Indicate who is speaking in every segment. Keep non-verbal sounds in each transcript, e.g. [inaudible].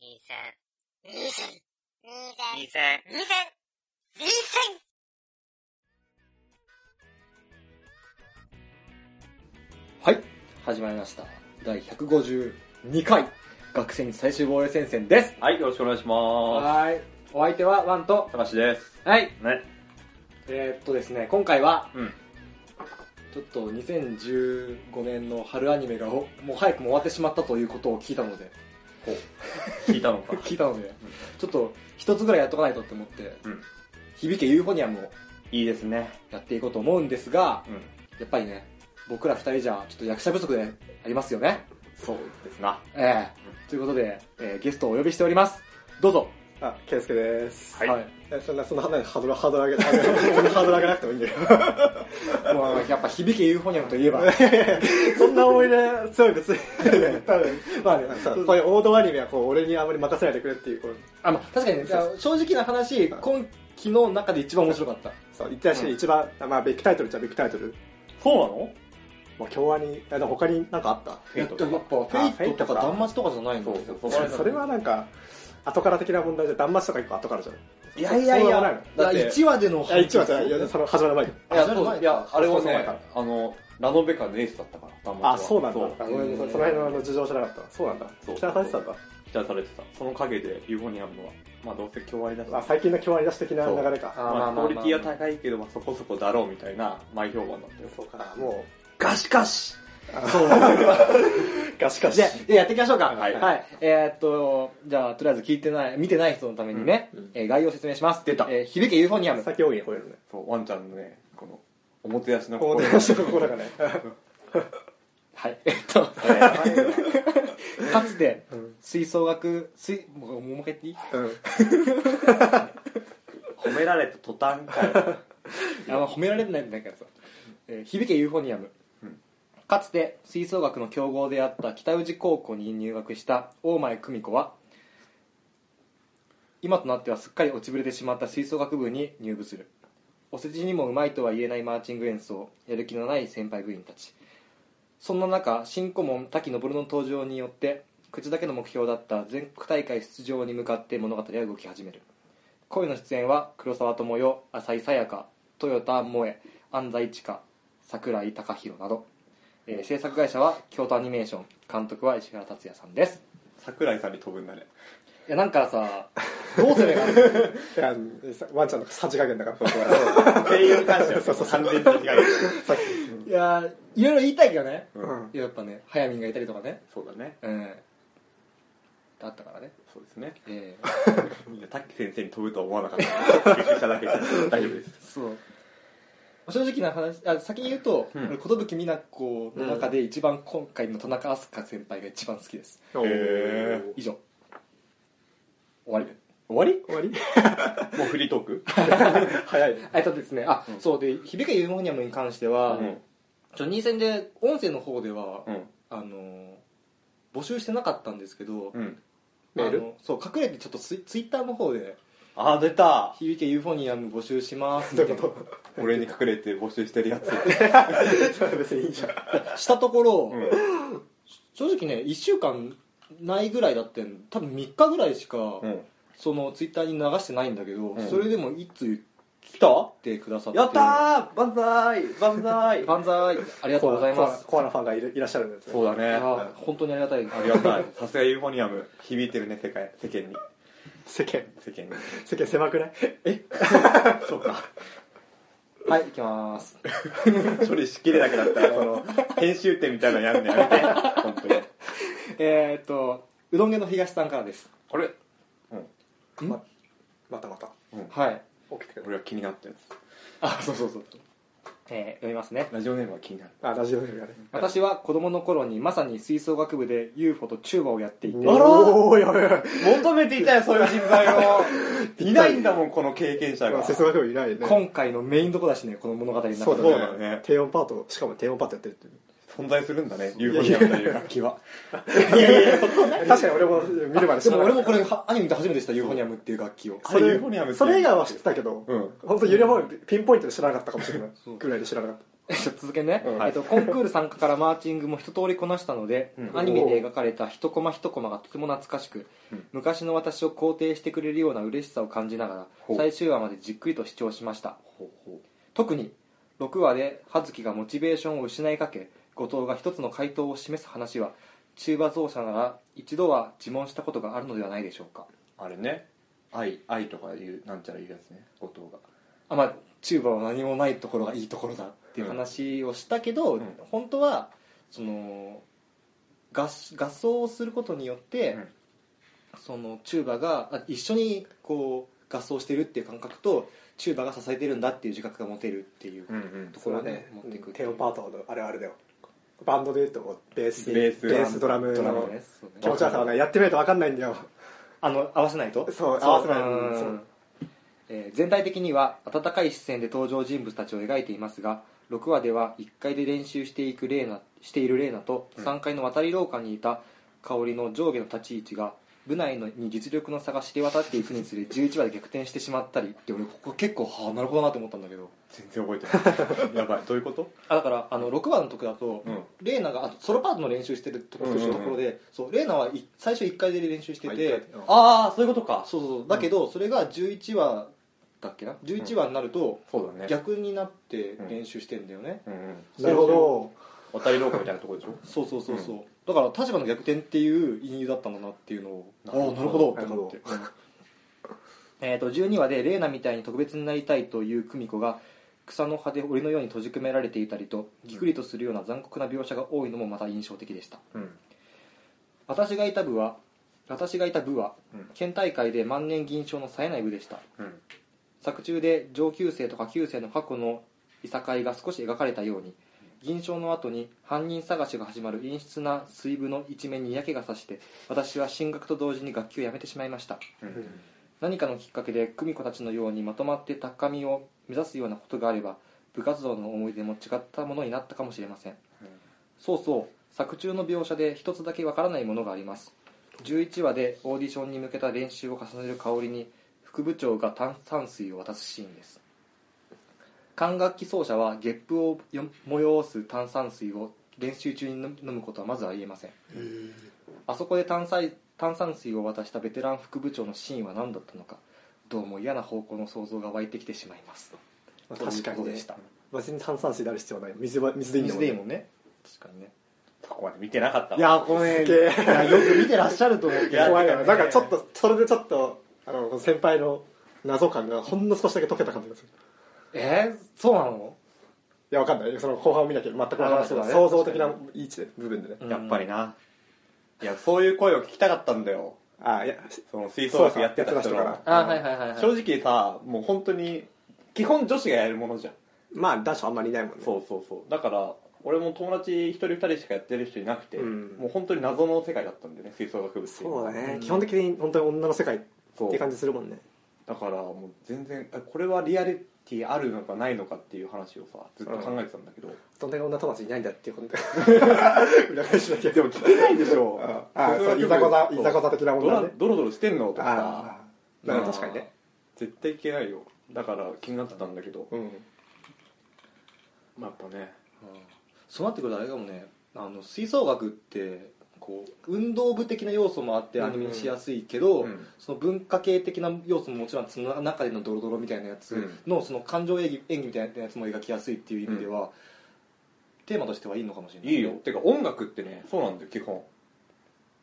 Speaker 1: 二千。
Speaker 2: 二千。二千。
Speaker 1: 二千。
Speaker 2: 二千。二千。
Speaker 3: はい、始まりました。第152回、学生最終防衛戦線です。
Speaker 4: はい、よろしくお願いしま
Speaker 3: はい、お相手はワンと
Speaker 4: す。、たかしです。
Speaker 3: はい、
Speaker 4: ね。
Speaker 3: えー、っとですね、今回は、
Speaker 4: うん。
Speaker 3: ちょっと2015年の春アニメがおもう早くも終わってしまったということを聞いたので、
Speaker 4: こう。聞いた [laughs] のか。
Speaker 3: 聞いたので、ちょっと一つぐらいやっとかないとって思って、
Speaker 4: うん。
Speaker 3: 響けユーフォニアムを
Speaker 4: いいですね。
Speaker 3: やっていこうと思うんですが、
Speaker 4: うん。
Speaker 3: やっぱりね、僕ら二人じゃちょっと役者不足でありますよね。
Speaker 4: そうですな。
Speaker 3: ええということで、えーゲストをお呼びしております。どうぞ。
Speaker 5: あ、ケンスケです。
Speaker 4: はい。
Speaker 5: えそんな、そんな、ハードル、ハードル上げ、ハードルハードル上げなくてもいいんだけ
Speaker 3: [laughs] もうやっぱ響けユーフォニアムといえば、
Speaker 5: ど。そんな思い出、強い別に。多 [laughs] 分、
Speaker 3: まあね、
Speaker 5: さそういう王道アニメはこう、俺にあまり任せないでくれっていう、こう、
Speaker 3: あまあ、確かにね、いや正直な話、
Speaker 5: はい
Speaker 3: 今期の中で一番面白かった。
Speaker 5: そう、言ってらっしゃる一番、まあ、ビッグタイトルじゃビッグタイトル。
Speaker 4: そうなの
Speaker 5: まあ、京アニ、あでも他になんかあった
Speaker 4: フェイトとか
Speaker 3: やっぱ、フェイト
Speaker 5: あ
Speaker 3: とか、
Speaker 5: フェイトとか
Speaker 3: 断末とかじゃないの
Speaker 4: そうそうそう
Speaker 5: それそれはなんか、後から的な問題じゃ、断末とか一個後からじゃない
Speaker 3: いやいやい
Speaker 5: そうでもな
Speaker 3: や
Speaker 5: い、だって
Speaker 3: 1話での
Speaker 5: いや、一話じゃない、いや、その始まる前に。
Speaker 4: い
Speaker 3: や
Speaker 4: や、
Speaker 3: そ
Speaker 4: そうう、いや、あれは
Speaker 5: そうそう前
Speaker 4: ね
Speaker 5: から、
Speaker 4: あの、ラノベカのエースだったから、端末は
Speaker 5: あ、そうなんだ。
Speaker 4: そう
Speaker 5: あごめんなさい、その辺のあの事情知らなかった。そうなんだ。
Speaker 4: そう
Speaker 5: 期待されてたんだ。
Speaker 4: 期待されてた。その陰でユーフォニアムは、まあどうせ今日割だし、
Speaker 5: あ、最近の京アニ出し的な流れ
Speaker 3: あ
Speaker 5: か。
Speaker 3: まあま
Speaker 4: ま
Speaker 3: あ
Speaker 4: あ
Speaker 3: ま
Speaker 4: ク
Speaker 3: あ
Speaker 4: オリティは高いけど、まあそこそこだろうみたいな、前評判だったよ。
Speaker 5: そうか、もう、
Speaker 4: ガシガシ
Speaker 5: ガシガ
Speaker 3: [laughs]
Speaker 5: シ
Speaker 3: じゃ。あ、じゃあやっていきましょうか。は。
Speaker 4: はいい
Speaker 3: えーっと、じゃあ、とりあえず聞いてない、見てない人のためにね、えー概要を説明します。
Speaker 4: 出た
Speaker 3: えー響けユーフォニアム。
Speaker 5: 先大きに吠え [laughs] るね。
Speaker 4: そう、ワンちゃんのね、この、おもてなしの
Speaker 5: こう
Speaker 4: 心
Speaker 5: 出ました、ここだ [laughs] からね。
Speaker 3: はい。えっと、かつて、吹奏楽、吹、もうもう一回言っていい
Speaker 4: [laughs] 褒められた途端から、
Speaker 3: [laughs] あの褒められてないんだからさ、えー響けユーフォニアム、
Speaker 4: うん
Speaker 3: かつて吹奏楽の強豪であった北宇治高校に入学した大前久美子は今となってはすっかり落ちぶれてしまった吹奏楽部に入部するお世辞にもうまいとは言えないマーチング演奏やる気のない先輩部員たちそんな中新顧問滝昇の登場によって口だけの目標だった全国大会出場に向かって物語は動き始める恋の出演は黒沢智代浅井さやか豊田萌え安西千佳桜井貴弘など、えー制作会社は京都アニメーション監督は石原達也さんです
Speaker 4: 桜井さんに飛ぶんだね。
Speaker 3: いやなんかさどう攻めがある
Speaker 5: いや、ワンちゃんのさじ加減だから、
Speaker 4: 声優に関しては [laughs] そうそう完全に違う。
Speaker 3: いやーいろいろ言いたいけどね、
Speaker 5: うん
Speaker 3: やっぱね早見がいたりとかね
Speaker 4: そうだね。
Speaker 3: うんだったからね
Speaker 4: そうですね。
Speaker 3: ええ
Speaker 4: みんなタッキ先生に飛ぶとは思わなかった。結局しただけで大丈夫です。
Speaker 3: そう正直な話あ先に言うと
Speaker 4: うん
Speaker 3: 俺寿、美奈子の中で一番今回の田中飛鳥先輩が一番好きです
Speaker 5: お
Speaker 4: へ
Speaker 5: ー
Speaker 3: 以上終わり
Speaker 4: 終わり
Speaker 5: 終わり
Speaker 4: もうフリートーク
Speaker 5: 早いね。
Speaker 3: [laughs] えっとですね、あ、そうで、響けユーモニアムに関しては、
Speaker 4: うん。
Speaker 3: ジョニー戦で、音声の方では、
Speaker 4: うん。
Speaker 3: あの、募集してなかったんですけど、
Speaker 4: うん。
Speaker 5: メール
Speaker 3: あのそう、隠れてちょっとツイツイッターの方で、
Speaker 4: あー、出た
Speaker 3: 響けユーフォニアム募集します
Speaker 5: ど
Speaker 3: み
Speaker 5: うい
Speaker 3: たいう
Speaker 5: こ
Speaker 4: 俺に隠れて募集してるやつ。
Speaker 5: と別にいいじゃん。
Speaker 3: な、したところ、
Speaker 4: うん。
Speaker 3: 正直ね、1週間ないぐらいだってん、多分3日ぐらいしか、
Speaker 4: うん。
Speaker 3: そのツイッターに流してないんだけど、
Speaker 4: うん
Speaker 3: それでも一通
Speaker 4: 来た
Speaker 3: 言ってくださって、
Speaker 4: やったーバンザーイバンザーイ
Speaker 3: [laughs] 万歳、ありがとうございます。
Speaker 5: コアなファンがいるいらっしゃるんですね。
Speaker 4: そうだ
Speaker 3: い
Speaker 4: ね
Speaker 3: や。本当にありがたい。
Speaker 4: ありがたい。さすがユーフォニアム。響いてるね、世界、世間に。
Speaker 5: 世間、
Speaker 4: 世間に。
Speaker 5: 世間狭くない
Speaker 4: そうか。
Speaker 3: はい、行きます。
Speaker 4: 処理しきれなくなったら、その、編集点みたいなのやるのやめて。本当に。
Speaker 3: えーっと、うどん屋の東さんからです。
Speaker 4: あれうん。
Speaker 5: ままたまた。
Speaker 3: はい。
Speaker 5: 起きてくる。
Speaker 4: 俺は気になってる。
Speaker 3: あ、そうそうそう。えー読みますね。
Speaker 4: ラジオネームは気になる。
Speaker 5: あ、ラジオネームがね。
Speaker 3: 私は子供の頃にまさに吹奏楽部で UFO とチューバをやっていて、
Speaker 4: ら
Speaker 5: おー、やべやべ。
Speaker 4: 求めていたよ、そういう人材 [laughs] を。いないんだもん、この経験者
Speaker 5: ま
Speaker 4: が。
Speaker 5: あ、説明もいないね。
Speaker 3: 今回のメインどこだしね、この物語の中
Speaker 5: そう
Speaker 3: で。
Speaker 4: そう
Speaker 5: だ
Speaker 4: だ
Speaker 5: ね
Speaker 4: ね。
Speaker 5: 低音パート、しかも低音パートやってるっていう。
Speaker 4: 存在するんだね、ユーフォニアムという楽器は。
Speaker 5: 確かに俺も見るまで知
Speaker 3: で
Speaker 5: ら
Speaker 3: も俺
Speaker 5: なか
Speaker 3: もこ
Speaker 5: った
Speaker 3: れはアニメで初めて知ったユーフォニアムっていう楽器を。
Speaker 4: あれユーフォニアムっていう
Speaker 5: それ以外は知ってたけど、
Speaker 4: うん
Speaker 5: 本当揺れもピンポイントで知らなかったかもしれない。ぐらいで知らなかっ
Speaker 3: ちょ [laughs] っと続けね、
Speaker 4: うんはい
Speaker 3: えっと、コンクール参加からマーチングも一通りこなしたので、
Speaker 4: うん
Speaker 3: アニメで描かれた一コマ一コマがとても懐かしく、
Speaker 4: うん
Speaker 3: 昔の私を肯定してくれるような嬉しさを感じなが
Speaker 4: ほ
Speaker 3: ら
Speaker 4: う
Speaker 3: 最終話までじっくりと視聴しました
Speaker 4: ほうほ
Speaker 3: 特に6話で葉月がモチベーションを失いかけ後藤が一つの回答を示す話は中和奏者なら一度は自問したことがあるのではないでしょうか
Speaker 4: うあれね愛愛とかいうなんちゃらいうやつね後藤が
Speaker 3: あまあチューバは何もないところがいいところだっていう話をしたけど、
Speaker 4: うん
Speaker 3: 本当はその合合奏をすることによって、
Speaker 4: うん
Speaker 3: そのチューバがあ一緒にこう合奏してるっていう感覚とチューバが支えてるんだっていう自覚が持てるっていう
Speaker 4: うんうん
Speaker 3: とこ
Speaker 5: そ
Speaker 3: ろ
Speaker 5: れは
Speaker 3: をね
Speaker 5: ね
Speaker 3: 持っていく
Speaker 5: テオパートのあれはあれだよバンドでいうとベース
Speaker 4: ベース
Speaker 5: ドラム
Speaker 3: ドラム
Speaker 5: の
Speaker 3: ねそうね
Speaker 5: 気持ちよさはねやってみないと分かんないんだよ
Speaker 3: あの合わせないと
Speaker 5: そう合わせないと
Speaker 3: うん
Speaker 5: そう
Speaker 3: えー全体的には温かい視線で登場人物たちを描いていますが6話では1階で練習していくレーナしているレーナと
Speaker 4: うん
Speaker 3: 3階の渡り廊下にいた香りの上下の立ち位置が部内のに実力の差が知れ渡っていくにつれ11話で逆転してしまったりって俺ここ結構はあなるほどなと思ったんだけど
Speaker 4: 全然覚えてない [laughs] やばいどういうこと
Speaker 3: あだからあの6話の時だと、
Speaker 4: うん
Speaker 3: レーナがあソロパートの練習してるところ,、
Speaker 4: うんうんうん
Speaker 3: ところでそうレーナはい最初1回で練習して
Speaker 4: あ
Speaker 3: て
Speaker 4: 一回でうん
Speaker 3: ああそういうことかそうそうそうだけど、それが11話だっけな11話になると
Speaker 4: そうだね
Speaker 3: 逆になって練習してんだよね、
Speaker 4: うんうん
Speaker 5: なるほ
Speaker 4: 渡り廊下みたいなとこでしょ
Speaker 3: そうそうそうそう、だから立場の逆転っていう引用だったんだなっていうのをあ
Speaker 4: な
Speaker 3: あ
Speaker 4: るほど
Speaker 3: ーなるほどと思ってうんえーと12話で玲奈みたいに特別になりたいという久美子が草の葉で檻のように閉じ込められていたりとぎくりとするような残酷な描写が多いのもまた印象的でした
Speaker 4: うん
Speaker 3: 私がいた部は私がいた部は
Speaker 4: うん
Speaker 3: 県大会で万年銀賞の冴えない部でした
Speaker 4: うん
Speaker 3: 作中で上級生と下級生の過去のいさかいが少し描かれたように銀賞の後に犯人探しが始まる陰湿な水部の一面に嫌気がさして私は進学と同時に楽器をやめてしまいました
Speaker 4: う
Speaker 5: ど
Speaker 4: ん
Speaker 3: 何かのきっかけで久美子たちのようにまとまって高みを目指すようなことがあれば部活動の思い出も違ったものになったかもしれませんそうそう作中の描写で一つだけわからないものがあります11話でオーディションに向けた練習を重ねる香りに副部長が炭酸水を渡すシーンです管楽器奏者はゲップをよ催す炭酸水を練習中に飲むことはまずありえませんあそこで炭酸炭酸水を渡したベテラン副部長のシーンは何だったのかどうも嫌な方向の想像が湧いてきてしまいます
Speaker 5: まあ確か
Speaker 3: ということ
Speaker 5: に
Speaker 3: で
Speaker 5: ね
Speaker 3: した
Speaker 5: 別に炭酸水である必要ない水は水でいいんだ
Speaker 3: 水
Speaker 5: もん
Speaker 3: でいい
Speaker 5: ね
Speaker 3: もんね確かにね
Speaker 4: そこまで見てなかったわ
Speaker 3: いやこれ
Speaker 5: すげえ
Speaker 3: いやよく見てらっしゃると思うけ
Speaker 4: いや
Speaker 3: ど
Speaker 5: 怖いよねなんかちょっとそれでちょっとあの先輩の謎感がほんの少しだけ解けた感じがする
Speaker 3: えー、そうなの
Speaker 5: いやわかんないその後半を見なきゃ全くわからないけど
Speaker 3: あそうだね
Speaker 5: 想像的な位置で部分でね、
Speaker 3: うん
Speaker 4: やっぱりないやそういう声を聞きたかったんだよ
Speaker 5: ああいや
Speaker 4: その吹奏楽やってた人
Speaker 5: そうそうやっ
Speaker 4: の
Speaker 5: て
Speaker 3: た人からあはいはいはいはい
Speaker 4: 正直さもう本当に基本女子がやるものじゃん
Speaker 5: まあ男子あんまりいないもんね
Speaker 4: そうそうそうだから俺も友達一人二人しかやってる人いなくて、
Speaker 5: うん
Speaker 4: もう本当に謎の世界だったんだよね吹奏楽部っていの
Speaker 5: そう
Speaker 4: は
Speaker 5: だね、
Speaker 3: うん
Speaker 5: 基本的に本当に女の世界って
Speaker 4: そう
Speaker 5: いう感じするもんね
Speaker 4: だからもう全然あこれはリアリティあるのかないのかっていう話をさずっと考えてたんだけど、
Speaker 5: どんだけ女友達いないんだっていうことで [laughs] 裏返しだけ
Speaker 4: でも聞けないでしょ
Speaker 5: ああ
Speaker 4: 吹奏
Speaker 5: そう
Speaker 4: 楽部
Speaker 5: いざこざ
Speaker 4: そう
Speaker 5: いざこざ的なもん
Speaker 4: ド
Speaker 5: だ
Speaker 4: ラ
Speaker 5: ね
Speaker 4: ドロドロしてんのとか
Speaker 5: あ
Speaker 4: さ
Speaker 5: あまあ確かに
Speaker 4: ま
Speaker 5: ね
Speaker 4: あ絶対聞けないよだから気になってたんだけど、
Speaker 5: うん
Speaker 4: まあやっぱね
Speaker 3: うんそうなってくるとあれかもねあの吹奏楽ってこう運動部的な要素もあってアニメにしやすいけど、
Speaker 4: うん
Speaker 3: その文化系的な要素ももちろんその中でのドロドロみたいなやつの,、その感情演技演技みたいなやつも描きやすいっていう意味では、テーマとしてはいいのかもしれない
Speaker 4: いいよてか音楽ってねそうなんだよ基本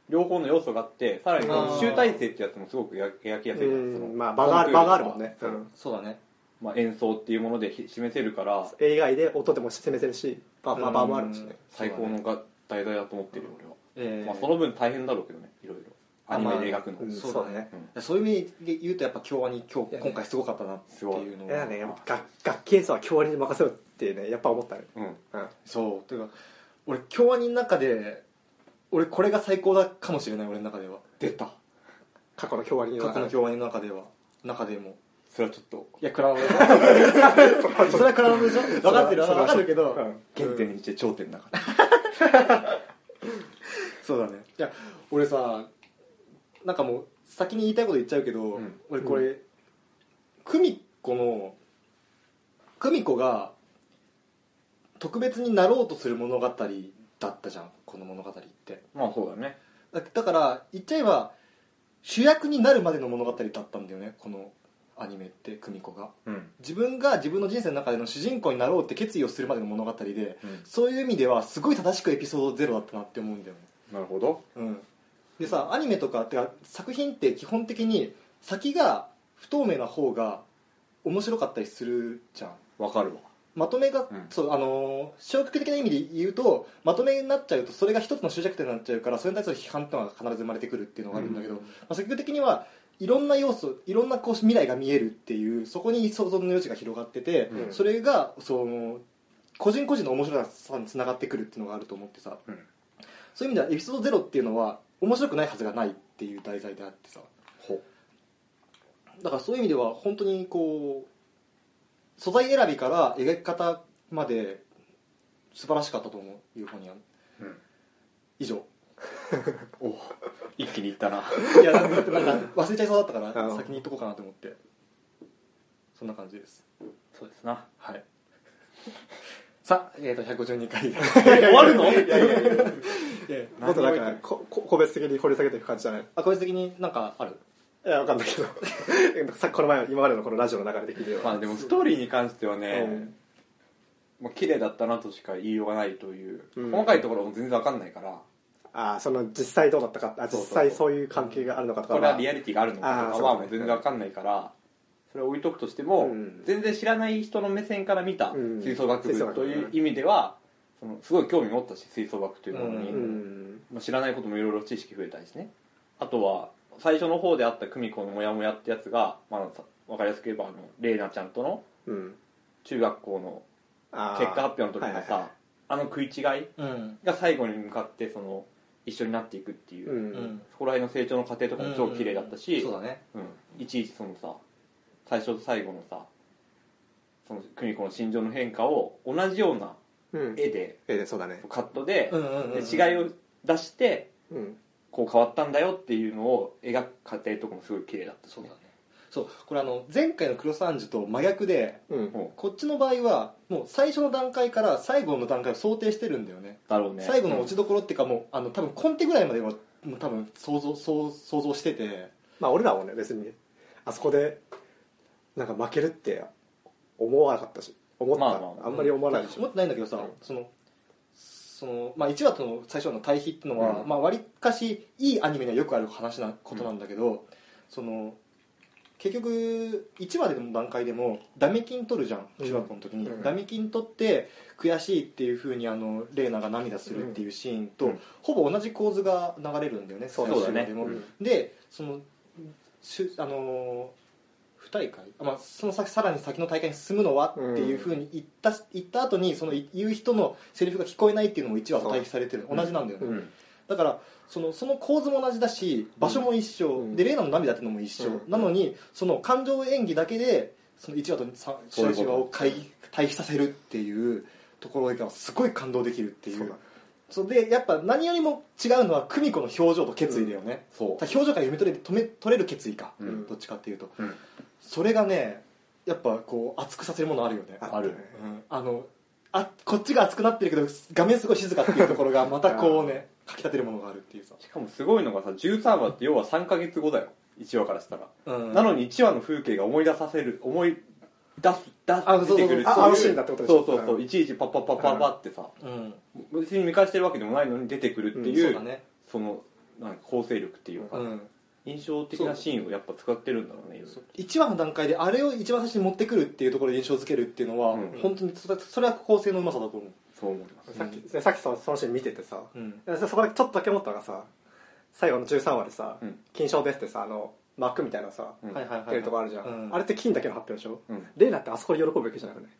Speaker 4: 両方の要素があってさらにその集大成ってやつもすごく描きやすいじゃ
Speaker 5: うんん
Speaker 4: その
Speaker 5: まあ場がある場があるもんね、
Speaker 4: コンクールとか
Speaker 3: そうだね
Speaker 4: まあ、演奏っていうものでひ示せるから
Speaker 5: 映画以外で音でも攻めてるしバー,、まあ、バーもあるしね、
Speaker 4: 最高のが題材だと思ってるよ
Speaker 3: え
Speaker 4: 俺
Speaker 3: ー
Speaker 4: は、まあ、その分大変だろうけどねいろいろアニメで描くの、
Speaker 5: うん
Speaker 3: そう
Speaker 5: そう
Speaker 3: だ
Speaker 5: だ
Speaker 3: ね
Speaker 5: ね、
Speaker 3: そういう意味で言うとやっぱ京アニ今
Speaker 5: い
Speaker 3: 日
Speaker 5: や
Speaker 3: 今回すごかったなっていうの
Speaker 5: い
Speaker 3: は
Speaker 5: やね楽楽器演奏は教員に任せろってねやっぱ思ったね
Speaker 4: うん、
Speaker 5: うん
Speaker 3: そうていうか俺京アニの中で俺これが最高だかもしれない俺の中では
Speaker 4: 出た
Speaker 5: 過去の教員に
Speaker 3: 過去の京アニの中では中でも
Speaker 4: それはちょっと
Speaker 3: いやクラウド [laughs] それはクラウドでしょ分かってる
Speaker 5: それ
Speaker 3: 分
Speaker 5: は
Speaker 3: かるけど、
Speaker 5: うん
Speaker 4: 原点にして頂点だから
Speaker 3: そうだねいや俺さなんかもう先に言いたいこと言っちゃうけど、
Speaker 4: ん
Speaker 3: 俺これ、久美子の久美子が特別になろうとする物語だったじゃんこの物語って
Speaker 4: まあそうだね
Speaker 3: だだから言っちゃえば主役になるまでの物語だったんだよねこのアニメって久美子が
Speaker 4: うん
Speaker 3: 自分が自分の人生の中での主人公になろうって決意をするまでの物語で
Speaker 4: うん
Speaker 3: そういう意味ではすごい正しくエピソードゼロだったなって思うんだよね
Speaker 4: なるほど
Speaker 3: うんでさアニメとかてか作品って基本的に先が不透明な方が面白かったりするじゃん
Speaker 4: わかるわ
Speaker 3: まとめが、
Speaker 4: うん
Speaker 3: そうあのー消極的な意味で言うとまとめになっちゃうとそれが一つの執着点になっちゃうからそれに対する批判ってのが必ず生まれてくるっていうのがあるんだけど、まあ、積極的にはいろんな要素いろんなこう未来が見えるっていうそこに想像の余地が広がってて、
Speaker 4: うん
Speaker 3: それがその個人個人の面白さにつながってくるっていうのがあると思ってさ、
Speaker 4: うん
Speaker 3: そういう意味ではエピソードゼロっていうのは面白くないはずがないっていう題材であってさ
Speaker 4: ほ
Speaker 3: だからそういう意味では本当にこう素材選びから描き方まで素晴らしかったと思うユーフォニアム
Speaker 4: う、うん、
Speaker 3: 以上
Speaker 4: お一気にいったない
Speaker 3: やなんかなんか忘れちゃいそうだっ
Speaker 4: [laughs]
Speaker 3: たか
Speaker 5: あ
Speaker 3: ら
Speaker 5: の
Speaker 3: 先に言っとこうかなと思ってそんな感じです
Speaker 4: そうですな
Speaker 3: はいさあ、えー、と152回 [laughs]
Speaker 4: 終わるの
Speaker 5: もっとなん
Speaker 4: 何
Speaker 5: か
Speaker 4: も
Speaker 5: ここ個別的に掘り下げていく感じじゃない
Speaker 3: あ個人的になんかある
Speaker 5: いやわかんないけど [laughs] なんかさこの前今までのこのラジオの流れ的には、
Speaker 4: まあでもストーリーに関してはね、
Speaker 5: うん
Speaker 4: まあ綺麗だったなとしか言いようがないという、
Speaker 5: うん
Speaker 4: 細かいところも全然わかんないから
Speaker 5: ああその実際どうだったかあ
Speaker 4: そう
Speaker 5: 実
Speaker 4: そう
Speaker 5: 際そういう関係があるのかとか
Speaker 4: これはリアリティがあるのか
Speaker 5: あー
Speaker 4: と
Speaker 5: そ
Speaker 4: かは
Speaker 5: うだね
Speaker 4: もう全然わかんないからそれを置いとくとしても、
Speaker 5: うん
Speaker 4: 全然知らない人の目線から見た
Speaker 5: うん
Speaker 4: 吹奏楽
Speaker 5: 吹奏
Speaker 4: 部
Speaker 5: 楽
Speaker 4: と
Speaker 5: 部
Speaker 4: いう意味では、そのすごい興味持ったし吹奏楽というものに、
Speaker 5: うん
Speaker 4: まあ、知らないこともいろいろ知識増えたりしねあとは最初の方であった久美子のモヤモヤってやつが、まあ、さわかりやすく言えばあの玲奈ちゃんとの
Speaker 5: うん
Speaker 4: 中学校の
Speaker 5: ああ
Speaker 4: 結果発表の時のさ
Speaker 5: はいはいは
Speaker 4: あの食い違い
Speaker 3: うん
Speaker 4: が最後に向かってその一緒になっていくっていう、
Speaker 5: うん
Speaker 4: そこら辺の成長の過程とかも超綺麗だったし、
Speaker 3: そうだね
Speaker 4: うんいちいちそのさ最初と最後のさその久美子の心情の変化を同じような
Speaker 5: うんえ
Speaker 4: 絵で
Speaker 5: えそうだね
Speaker 4: カットで,、
Speaker 3: うんうんうんうん
Speaker 4: で違いを出して
Speaker 5: うん
Speaker 4: こう変わったんだよっていうのを描く過程とかもすごい綺麗だったし
Speaker 3: そう
Speaker 4: ね
Speaker 3: だねそうこれあの前回のクロスアンジュと真逆で
Speaker 5: うん
Speaker 4: も
Speaker 3: こっちの場合はもう最初の段階から最後の段階を想定してるんだよね
Speaker 4: うだろうね
Speaker 3: 最後の落ちどころっていうかもうあの多分根底ぐらいまではもう多分想像想想像してて
Speaker 5: まあ俺らもね別にあそこでなんか負けるって思わなかったし思った、
Speaker 4: まあまあまあ
Speaker 5: あんまり思わないでしょ、
Speaker 3: 思ってないんだけどさ、
Speaker 5: うん
Speaker 3: そのそのまあ、1話との最初の対比っていうのは、
Speaker 4: うん
Speaker 3: まあ、割かしいいアニメにはよくある話なことなんだけど、その結局1話での段階でもダメ金取るじゃん
Speaker 5: うん
Speaker 3: 中学校の時に、
Speaker 5: うん
Speaker 3: ダメ金取って悔しいっていうふうにあの玲奈が涙するっていうシーンと、
Speaker 4: うん
Speaker 3: ほぼ同じ構図が流れるんだよね
Speaker 5: そう
Speaker 4: だね
Speaker 3: 最終話でも
Speaker 5: うん
Speaker 3: でそのしゅあのー不大会、まあ、その先さらに先の大会に進むのはっていうふうに言った,、言った後にそのい言う人のセリフが聞こえないっていうのも1話と対比されてる
Speaker 4: う
Speaker 3: 同じなんだよね、
Speaker 4: うん
Speaker 3: だからそのその構図も同じだし場所も一緒、
Speaker 5: うん
Speaker 3: でレイナの涙っていうのも一緒、
Speaker 5: うん
Speaker 3: なのにその感情演技だけでその1話とさ
Speaker 4: そういう
Speaker 3: 最
Speaker 4: こと
Speaker 3: 終話を対比対比させるっていうところがすごい感動できるってい
Speaker 5: そう
Speaker 3: う
Speaker 5: だ
Speaker 3: そうでやっぱ何よりも違うのは久美子の表情と決意だよね、
Speaker 4: そう
Speaker 3: 表情から読み取れる止め取れる決意か、
Speaker 4: うん
Speaker 3: どっちかっていうと
Speaker 4: うん
Speaker 3: それがねやっぱこう熱くさせるものあるよね
Speaker 5: ったね
Speaker 4: ある
Speaker 3: うんあのあこっちが熱くなってるけど画面すごい静かっていうとこ [laughs] ろがまたこうねかき立てるものがあるっていうさ、
Speaker 4: しかもすごいのがさ13話って要は3ヶ月後だよ1話からしたら、
Speaker 3: うん
Speaker 4: なのに1話の風景が思い出させる思い出す出す
Speaker 3: あそうそう
Speaker 4: 出てくるそ
Speaker 5: あ
Speaker 4: ういう
Speaker 5: あのシーンだってことでし
Speaker 4: そう
Speaker 5: ょ
Speaker 4: そうそううんいちいちパッパッパッパッパってさ
Speaker 3: うん
Speaker 4: 別に見返してるわけでもないのに出てくるっていう,、
Speaker 3: そう
Speaker 4: そ
Speaker 3: だね
Speaker 4: のなんか構成力っていうか、
Speaker 3: うん
Speaker 4: 印象的なシーンをやっぱ使ってるんだろうねいろいろ
Speaker 3: 1話の段階であれを一番最初に持ってくるっていうところで印象付けるっていうのは、
Speaker 4: うん
Speaker 3: 本当にそれそれは構成のうまさだと思う、
Speaker 4: そう思います
Speaker 5: さっきさっきそのそのシーン見ててさ、
Speaker 3: うん
Speaker 5: そこだけちょっとだけ思ったのがさ最後の13話でさ
Speaker 4: うん
Speaker 5: 「金賞です」ってさあの幕みたいなさ
Speaker 4: うん
Speaker 3: はいはいはい、
Speaker 5: 出るとこあるじゃん、
Speaker 3: うん
Speaker 5: あれって金だけの発表でしょ、
Speaker 4: うん
Speaker 5: レイナってあそこで喜ぶべきじゃなくない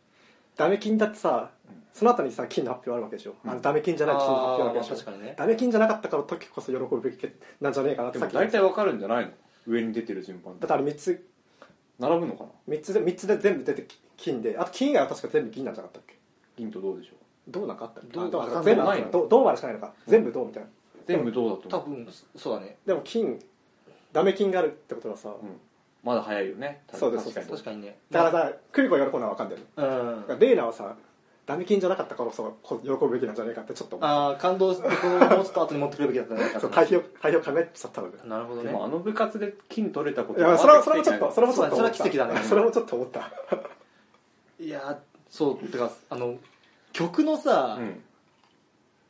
Speaker 5: ダメ金だってさその後にさ金の発表あるわけでしょ、
Speaker 4: うん
Speaker 5: あのダメ金じゃない金の発表あるわけでし
Speaker 3: あーまあ確か
Speaker 5: ょ、
Speaker 3: にね
Speaker 5: ダメ金じゃなかったから時こそ喜ぶべきなんじゃねえかなって
Speaker 4: で
Speaker 5: さっ
Speaker 4: も
Speaker 5: き言
Speaker 4: 大
Speaker 5: った
Speaker 4: 体
Speaker 5: だ
Speaker 4: わかるんじゃないの上に出てる順番で
Speaker 5: ってあれ3つ
Speaker 4: 並ぶのかな
Speaker 5: 三つで三つで全部出てき金であと金以外は確か全部銀なんじゃなかったっけ
Speaker 4: 銀とどうでしょう
Speaker 5: どうなんかあった
Speaker 3: 銅
Speaker 5: どう
Speaker 3: あ
Speaker 5: 全部
Speaker 4: 銅ない
Speaker 5: ど
Speaker 4: の
Speaker 5: うどうまでしかないのか全部どうみたいな
Speaker 4: 全部どうだと
Speaker 3: 多
Speaker 4: 思う
Speaker 3: 分そそうだね
Speaker 5: でも金ダメ金があるってことはさ、
Speaker 4: うん、まだ早いよね
Speaker 5: そうです
Speaker 4: 確かに
Speaker 5: そ
Speaker 3: 確かにね
Speaker 5: だからさ久美子が喜ぶのは分かんないの
Speaker 3: うん
Speaker 5: レイナはさダメ金じゃなかったからこそこ喜ぶべきなんじゃないかってちょっと思う
Speaker 3: ああ感動してこの持つと後に持ってくるべきだったんじゃないか
Speaker 5: そう
Speaker 3: と
Speaker 5: 対比を対比を考えちゃったので
Speaker 3: なるほど
Speaker 4: で
Speaker 3: ね
Speaker 4: もあの部活で金取れたこ
Speaker 5: い
Speaker 4: と
Speaker 5: やそれはそれもちょっとそれもちょっと思った
Speaker 3: そうだねそれは奇跡だね
Speaker 5: [laughs] それもちょっと思った
Speaker 3: いやーそうてかあの曲のさ、
Speaker 4: うん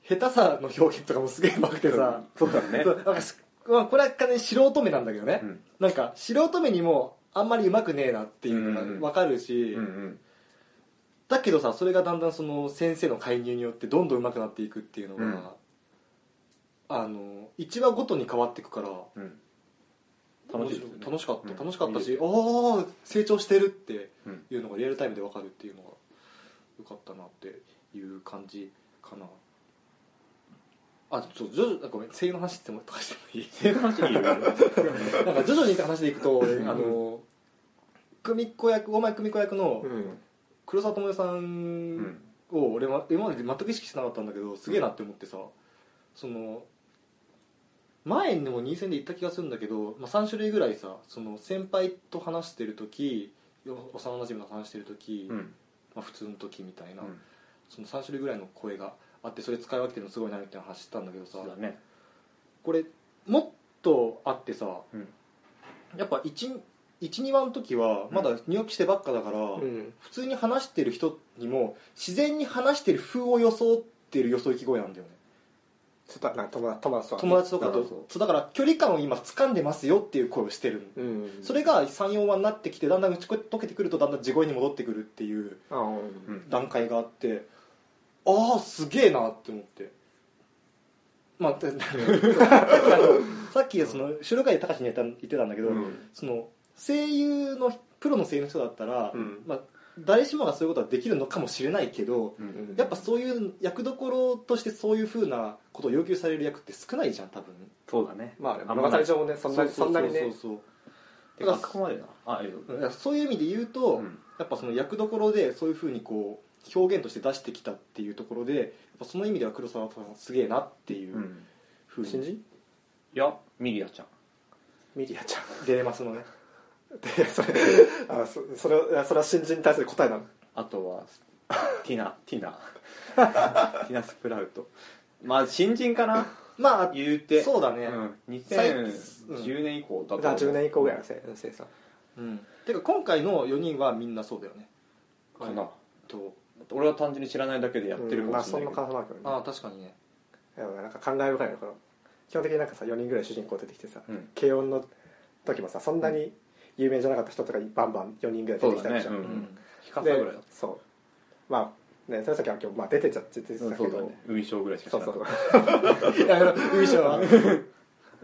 Speaker 3: 下手さの表現とかもすげえうまくてさ、
Speaker 4: そうだね
Speaker 3: そうなんかしまあこれは完全に素人目なんだけどね、
Speaker 4: うん
Speaker 3: なんか素人目にもあんまりうまくねえなっていう
Speaker 4: うんう
Speaker 3: の
Speaker 4: ん
Speaker 3: がわかるし、
Speaker 4: うんうん
Speaker 3: だけどさそれがだんだんその先生の介入によってどんどん上手くなっていくっていうのが、
Speaker 4: うん
Speaker 3: あの1話ごとに変わっていくから
Speaker 4: うん楽しいですよね
Speaker 3: 楽しかった、
Speaker 4: うん
Speaker 3: 楽しかった
Speaker 4: い
Speaker 3: し
Speaker 4: い
Speaker 3: ああ成長してるって
Speaker 4: うん
Speaker 3: いうのがリアルタイムでわかるっていうのがよかったなっていう感じかなあちょジョジョあごめん声優の話ってもとかしてもいい
Speaker 4: って話いいよ
Speaker 3: [laughs] なんか徐々に話でいくと、あの組子役大前組子役の
Speaker 5: うん
Speaker 3: 黒沢智代さ
Speaker 4: うんん
Speaker 3: を俺は今まで全く意識してなかったんだけどすげえなって思ってさその前にも2戦で言った気がするんだけど、まあ、3種類ぐらいさその先輩と話してる時よ幼なじみの話してる時、
Speaker 4: うん
Speaker 3: まあ、普通の時みたいな、その3種類ぐらいの声があってそれ使い分けてるのすごいなみたいな話してたんだけどさ
Speaker 4: そうだね
Speaker 3: これもっとあってさ、
Speaker 4: うん
Speaker 3: やっぱ12話の時はまだ入学してばっかだから、
Speaker 5: うん
Speaker 3: 普通に話してる人にも自然に話してる風を装ってるよそ行き声なんだよね
Speaker 5: ちょっとなんか友達友達とかね
Speaker 3: 友達とか
Speaker 5: う
Speaker 3: と
Speaker 5: ん
Speaker 3: そうだから距離感を今掴んでますよっていう声をしてるの、
Speaker 5: うん
Speaker 3: それが34話になってきてだんだん打ち解けてくるとだんだん地声に戻ってくるっていう
Speaker 5: あうん
Speaker 4: うん
Speaker 3: 段階があってああすげえなって思ってま
Speaker 5: [laughs]
Speaker 3: あさっきあのさっきその白貝隆に言った言ってたんだけど、
Speaker 5: うん
Speaker 3: その声優のプロの声優の人だったら、
Speaker 5: うん
Speaker 3: まあ、誰しもがそういうことはできるのかもしれないけど
Speaker 4: うん
Speaker 5: うん
Speaker 3: やっぱそういう役どころとしてそういうふうなことを要求される役って少ないじゃん多分
Speaker 4: そうだね
Speaker 5: まあね
Speaker 4: あん
Speaker 5: 物
Speaker 4: まない
Speaker 5: 語上もねそんなにそんなに
Speaker 3: そ
Speaker 5: ね
Speaker 3: うそう
Speaker 4: てかあそこまでなあいいよ
Speaker 3: そうだからそういう意味で言うと、
Speaker 4: うん
Speaker 3: やっぱその役どころでそういうふうにこう表現として出してきたっていうところでやっぱその意味では黒沢さんはすげえなっていううんふう
Speaker 5: 新
Speaker 3: に
Speaker 5: 人
Speaker 4: いやミリアちゃん
Speaker 5: ミリアちゃん
Speaker 3: 出れますのね
Speaker 5: [laughs] でそれあそそれはいやそれは新人に対する答えなの
Speaker 4: あとはティ
Speaker 5: [laughs]
Speaker 4: ナティナティナスプラウトまあ新人かな
Speaker 3: まあ
Speaker 4: 言うて
Speaker 3: そうだ
Speaker 4: う
Speaker 3: ね
Speaker 4: ん
Speaker 3: 最
Speaker 4: 2010年以降だ
Speaker 5: だから
Speaker 4: と
Speaker 5: 10
Speaker 4: 思う
Speaker 5: 年以降ぐらいの生生産
Speaker 3: うん、てか今回の4人はみんなそうだよね
Speaker 4: かな
Speaker 3: と
Speaker 4: 俺は単純に知らないだけでやってる
Speaker 5: う
Speaker 4: か
Speaker 5: んま
Speaker 4: も
Speaker 5: あ
Speaker 4: し
Speaker 5: そ
Speaker 4: れ
Speaker 5: ん
Speaker 4: な
Speaker 5: ない
Speaker 4: けど
Speaker 5: 感じなわけよね
Speaker 3: ああ確かにね
Speaker 5: いやなんか感慨深いのこの基本的になんかさ4人ぐらい主人公出てきてさ、
Speaker 4: うん
Speaker 5: 軽音の時もさそんなに有名じゃなかった人とかにバンバン4人ぐらい出てきたでしょ
Speaker 4: そうだね
Speaker 3: うん、
Speaker 4: ヒカサ
Speaker 5: で
Speaker 4: ぐらいだっ
Speaker 5: そうまあねその時は今日、まあ、出てちゃ出て
Speaker 4: たう
Speaker 5: たけど、
Speaker 4: んそうだね海翔ぐらいしか知
Speaker 5: そ
Speaker 4: ら
Speaker 5: う
Speaker 4: な
Speaker 5: そ
Speaker 4: かった
Speaker 5: うそう [laughs]
Speaker 3: いや海翔は、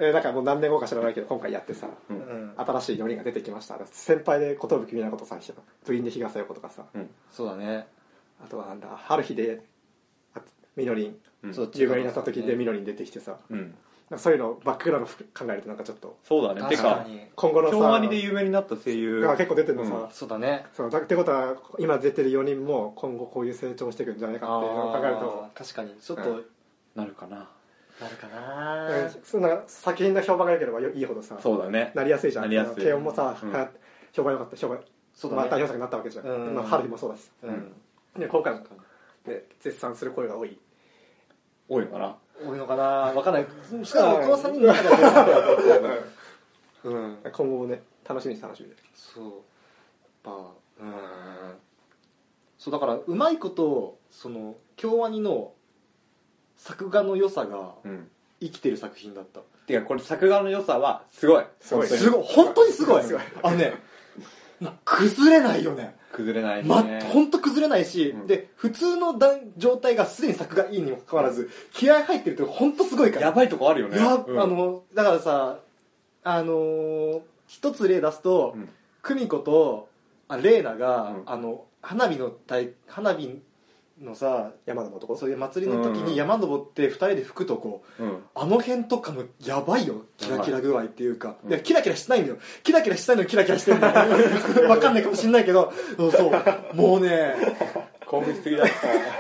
Speaker 5: えなんかもう何年後か知らないけど今回やってさ
Speaker 3: うん、
Speaker 5: 新しい4人が出てきました先輩で寿美奈子とさ部員で日傘横とかさ
Speaker 4: うん
Speaker 3: そうだね、
Speaker 5: あとはなんだ春日であみのりん
Speaker 4: うん
Speaker 3: そう
Speaker 5: 10倍になった時でみのりん出てきてさ、
Speaker 4: うん
Speaker 5: なんかそういうのバックグラウンド考えるとなんかちょっと
Speaker 4: そうだねて
Speaker 3: 確か
Speaker 4: か
Speaker 3: に
Speaker 5: 今後のさ
Speaker 4: 京アニで有名になった声優
Speaker 5: が結構出てるのさ、
Speaker 4: う
Speaker 3: そうだね
Speaker 5: そうだってことは今出てる4人も今後こういう成長していくんじゃないかっていうのを考えると
Speaker 3: あー確かにちょっと
Speaker 5: うん
Speaker 4: なるかな
Speaker 3: なるかな、
Speaker 5: うんそんな作品の評判が良ければよいいほどさ
Speaker 4: そうだね
Speaker 5: なりやすいじゃん
Speaker 4: なりやすい
Speaker 5: 慶音もさ、
Speaker 4: うん
Speaker 5: はや評判良かった評判
Speaker 3: そう
Speaker 5: まあ
Speaker 3: だ
Speaker 5: 代
Speaker 3: ね
Speaker 5: 表作になったわけじゃん、
Speaker 3: うん
Speaker 5: まあ、春日もそうだし
Speaker 3: うん、
Speaker 5: で今回も、ね
Speaker 3: 確か、
Speaker 5: 絶賛する声が多い
Speaker 4: 多いのかな
Speaker 3: 多いのかなわかんないしかもこの3人の中でうん
Speaker 5: 今後もね楽しみに楽しみで
Speaker 3: そうやっぱうんそうだからうまいことその京アニの作画の良さが
Speaker 4: うん
Speaker 3: 生きてる作品だった
Speaker 4: てかこれ作画の良さはすごい
Speaker 5: すごい
Speaker 4: 本当に
Speaker 3: すごい本当にすごい
Speaker 5: すごい
Speaker 3: あのねもう崩れないよね
Speaker 4: 崩れないね
Speaker 3: ま、本当崩れないし、
Speaker 4: うん
Speaker 3: で普通の段状態がすでに作がいいにもかかわらず気合入ってると本当すごいから
Speaker 4: やばいとこあるよね
Speaker 3: いや
Speaker 4: うん
Speaker 3: あのだからさあのー一つ例出すと、
Speaker 4: うん
Speaker 3: 久美子とあ玲奈が、
Speaker 4: うん
Speaker 3: あの花火の大花火のさ
Speaker 5: 山田の男
Speaker 3: そういう祭りの時
Speaker 4: うん
Speaker 3: に山登って二人で吹くとこ
Speaker 4: うん
Speaker 3: あの辺とかのやばいよキラキラ具合っていうか
Speaker 4: ばい
Speaker 3: いやキラキラしてないんだよキラキラしてないのにキラキラしてるんだ
Speaker 4: [laughs]
Speaker 3: よわかんないかもしんないけどそうそうもうね
Speaker 4: 興奮しすぎだっ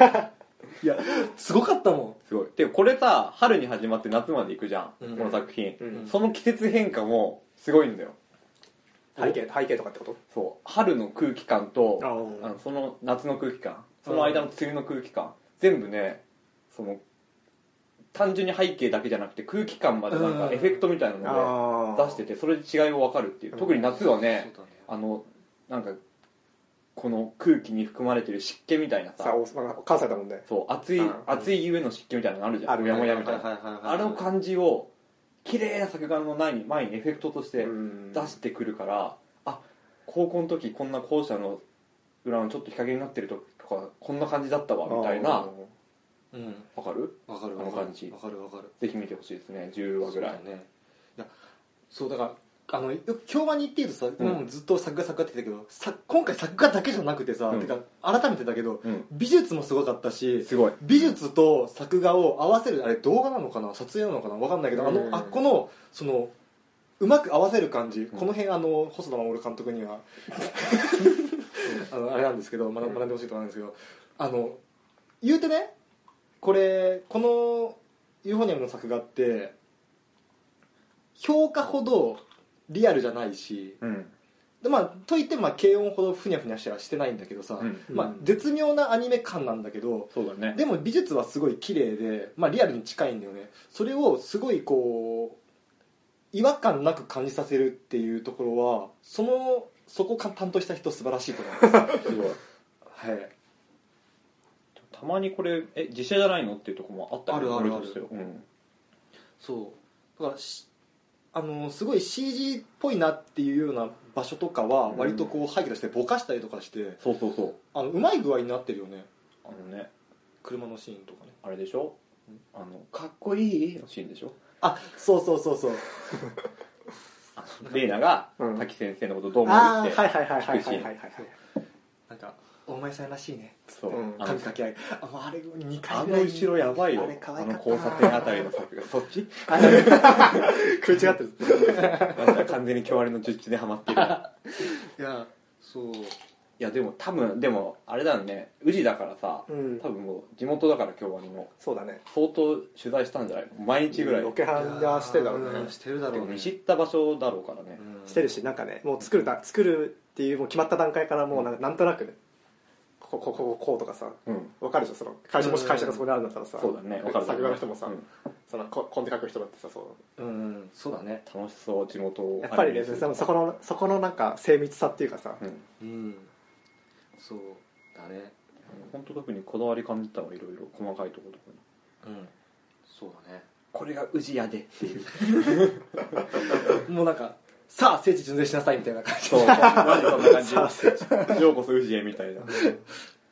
Speaker 4: た
Speaker 3: いやすごかったも
Speaker 4: すごいでこれさ春に始まって夏まで行くじゃん、
Speaker 3: うん
Speaker 4: この作品、
Speaker 5: うん
Speaker 4: その季節変化もすごいんだよ
Speaker 5: 背景背景とかってこと
Speaker 4: そう春の空気感と
Speaker 5: あー
Speaker 4: あのその夏の空気感その間の梅雨の空気感全部ねその単純に背景だけじゃなくて空気感までなん
Speaker 5: う
Speaker 4: か
Speaker 5: ん
Speaker 4: エフェクトみたいなの
Speaker 5: あ
Speaker 4: で出して
Speaker 5: て
Speaker 4: てそれで違いを分かるっていう
Speaker 5: うん
Speaker 4: 特に夏はね
Speaker 3: そうだね
Speaker 4: あのなんかこの空気に含まれてる湿気みたいな
Speaker 5: さ
Speaker 4: さ
Speaker 5: あおまあ関西だもんね
Speaker 4: そう暑い
Speaker 5: うん
Speaker 4: 暑いゆえの湿気みたいなのあるじゃ
Speaker 5: あ
Speaker 4: ん
Speaker 5: る
Speaker 4: も
Speaker 5: ね
Speaker 4: やもやみたいな
Speaker 3: はいはいはいはい
Speaker 4: あの感じを綺麗な作画の前に前にエフェクトとして出
Speaker 5: 出
Speaker 4: してくるから、あ高校の時こんな校舎の裏のちょっと日陰になってる時とかこんな感じだったわみたいな
Speaker 3: うん
Speaker 4: わかる
Speaker 3: わかる
Speaker 4: あの
Speaker 3: わかる
Speaker 4: 感じ
Speaker 3: わかるわかる
Speaker 4: ぜひ見てほしいですね10話ぐらい
Speaker 3: そうだねいやそうだからあのよく評判に言ってるとさ、今もずっと作画作画って言ってたけどさ今回作画だけじゃなくてさ、
Speaker 4: うん
Speaker 3: てか改めてだけど
Speaker 4: うん
Speaker 3: 美術もすごかったし
Speaker 4: すごい
Speaker 3: 美術と作画を合わせるあれ動画なのかな撮影なのかなわかんないけどあ
Speaker 5: うん
Speaker 3: のあこのそのうまく合わせる感じ、この辺あの細田守監督にはあのあれなんですけど学ん学んでほしいところなんですけどあの言うてねこれこのユーフォニアムの作画って評価ほどリアルじゃないし
Speaker 4: うん
Speaker 3: で、まあ、といってもまあ軽音ほどふにゃふにゃしてはしてないんだけどさ、
Speaker 4: うん
Speaker 3: まあ、絶妙なアニメ感なんだけど
Speaker 4: そうだね
Speaker 3: でも美術はすごい綺麗で、まあ、リアルに近いんだよねそれをすごいこう違和感なく感じさせるっていうところはそのそこか担当した人素晴らしいと思い [laughs] ます
Speaker 4: すごい
Speaker 3: はい
Speaker 4: たまにこれえ自社じゃないのっていうところもあったり
Speaker 3: あるあるある
Speaker 4: 俺としてはうん
Speaker 3: そうだからしあのすごい CG っぽいなっていうような場所とかは
Speaker 4: うん
Speaker 3: 割とこう背景としてぼかしたりとかして
Speaker 4: そうそうそう
Speaker 3: あのうまい具合になってるよね
Speaker 4: あのね
Speaker 3: 車のシーンとかね
Speaker 4: あれでしょあのかっこいいのシーンでしょ
Speaker 3: あそうそうそうそう
Speaker 4: あのレイナが
Speaker 5: うん
Speaker 4: 滝先生のことどう思
Speaker 5: あ
Speaker 4: う
Speaker 5: あ
Speaker 4: って、
Speaker 5: ーはいはいはいはい
Speaker 4: 聞くし
Speaker 5: はいはいはい
Speaker 3: なんかお前さんらしいね
Speaker 4: そう、
Speaker 5: うん
Speaker 4: あの
Speaker 3: 髪かけ合いあもうあれ2
Speaker 4: あ
Speaker 3: 回ぐら
Speaker 4: の
Speaker 3: い
Speaker 4: 後ろやばいよ
Speaker 3: あ
Speaker 4: あ
Speaker 3: れ可愛か
Speaker 4: の
Speaker 3: った
Speaker 4: 交差点あたりの
Speaker 5: [laughs]
Speaker 4: 作画そっち
Speaker 5: [laughs] 食い違ってる
Speaker 4: なんか完全に京アニの術中でハマってる
Speaker 3: いやそう
Speaker 4: いやでも多分でもあれだよね宇治だからさ
Speaker 5: うん
Speaker 4: 多分もう地元だから京アニの
Speaker 5: そうだね
Speaker 4: 相当取材したんじゃないの毎日ぐらい
Speaker 5: ロケハンはしてるだろう
Speaker 3: う
Speaker 5: ね
Speaker 3: んしてるだろうね
Speaker 4: 知った場所だろうからね、
Speaker 3: うん
Speaker 5: してるしなんかねもう作るだ作るっていうもう決まった段階からもうなんかなんとなくねここここここうとかさ
Speaker 4: うん
Speaker 5: わかるでしょその会社もし会社がそこにあるんだったらさ
Speaker 4: そうだねわかる
Speaker 5: 作画の人もさ、
Speaker 4: うん
Speaker 5: そのこコンテ書く人だってさそう
Speaker 3: うんそうだね
Speaker 4: 楽しそう地元を
Speaker 5: やっぱり
Speaker 4: あれ
Speaker 5: ね
Speaker 4: にする
Speaker 5: そのそこのそこのなんか精密さっていうかさ、
Speaker 4: うん
Speaker 3: うんそうだね
Speaker 4: 本当特にこだわり感じたわいろいろ細かいところとかに
Speaker 3: うんそうだね
Speaker 4: これが宇治屋でっていう
Speaker 3: [laughs] もうなんかさあ聖地巡礼しなさいみたいな感じ
Speaker 4: そうマジそんな感じ
Speaker 5: さ
Speaker 4: ようこそ宇治へみたいな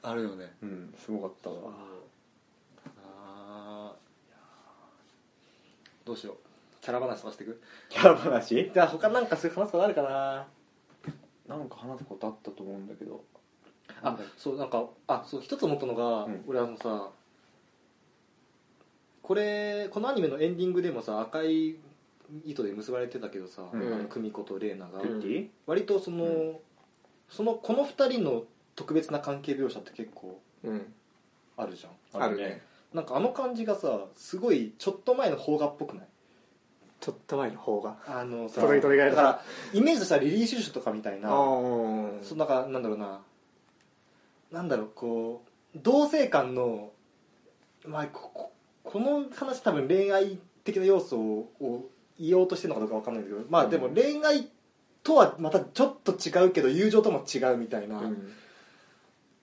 Speaker 3: あるよね
Speaker 4: うんすごかったわ
Speaker 3: あーどうしようキャラ話とかしてく
Speaker 4: キャラ話
Speaker 3: じゃあ他なんかそういう話とかあるかな
Speaker 4: なんか話すことあったと思うんだけど
Speaker 3: あそうなんかあそう一つ思ったのが、
Speaker 4: うん
Speaker 3: 俺あのさこれこのアニメのエンディングでもさ赤い糸で結ばれてたけどさ、
Speaker 4: うん
Speaker 3: あの久美子と玲奈が、
Speaker 4: クッティ
Speaker 3: 割とその、
Speaker 4: うん
Speaker 3: そのこの二人の特別な関係描写って結構
Speaker 5: うん
Speaker 3: あるじゃん
Speaker 5: あるね
Speaker 3: なんかあの感じがさすごいちょっと前の邦画っぽくない
Speaker 5: ちょっと前の方が
Speaker 3: あのさ
Speaker 5: トレイトレイがや
Speaker 3: だ
Speaker 5: る
Speaker 3: からイメージとしたらリリー・シューシュとかみたいな
Speaker 5: ー
Speaker 3: そんなんかなんだろうななんだろうこう同性間の、まあ、こここの話多分恋愛的な要素をを言おうとしてるのかどうかわかんないけどまあでも恋愛とはまたちょっと違うけど友情とも違うみたいな
Speaker 5: うん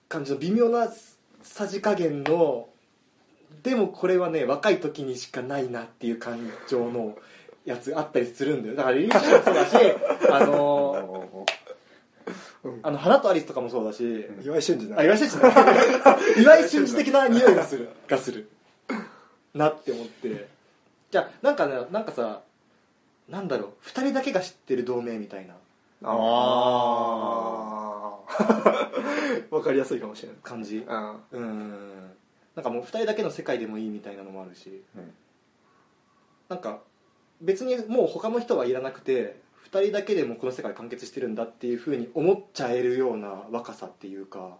Speaker 3: 感じの微妙なさじ加減のでもこれはね若い時にしかないなっていう感情のやつあったりするんだよだからリリー・シューもそうだしあのあの花とアリスとかもそうだし、
Speaker 5: 岩井俊二
Speaker 3: あ、
Speaker 5: な
Speaker 3: 岩井俊
Speaker 5: [laughs]
Speaker 3: 二岩井俊二的な匂いがする、がする。なって思って。じゃあ、なんかね、なんかさ、なんだろう、二人だけが知ってる同盟みたいな
Speaker 5: あー [laughs] わかりやすいかもしれない
Speaker 3: 感じ。
Speaker 5: あ
Speaker 3: うーん。なんかもう二人だけの世界でもいいみたいなのもあるし、
Speaker 4: うん
Speaker 3: なんか別にもう他の人はいらなくて、二人だけでもこの世界完結してるんだっていうふうに思っちゃえるような若さっていうか、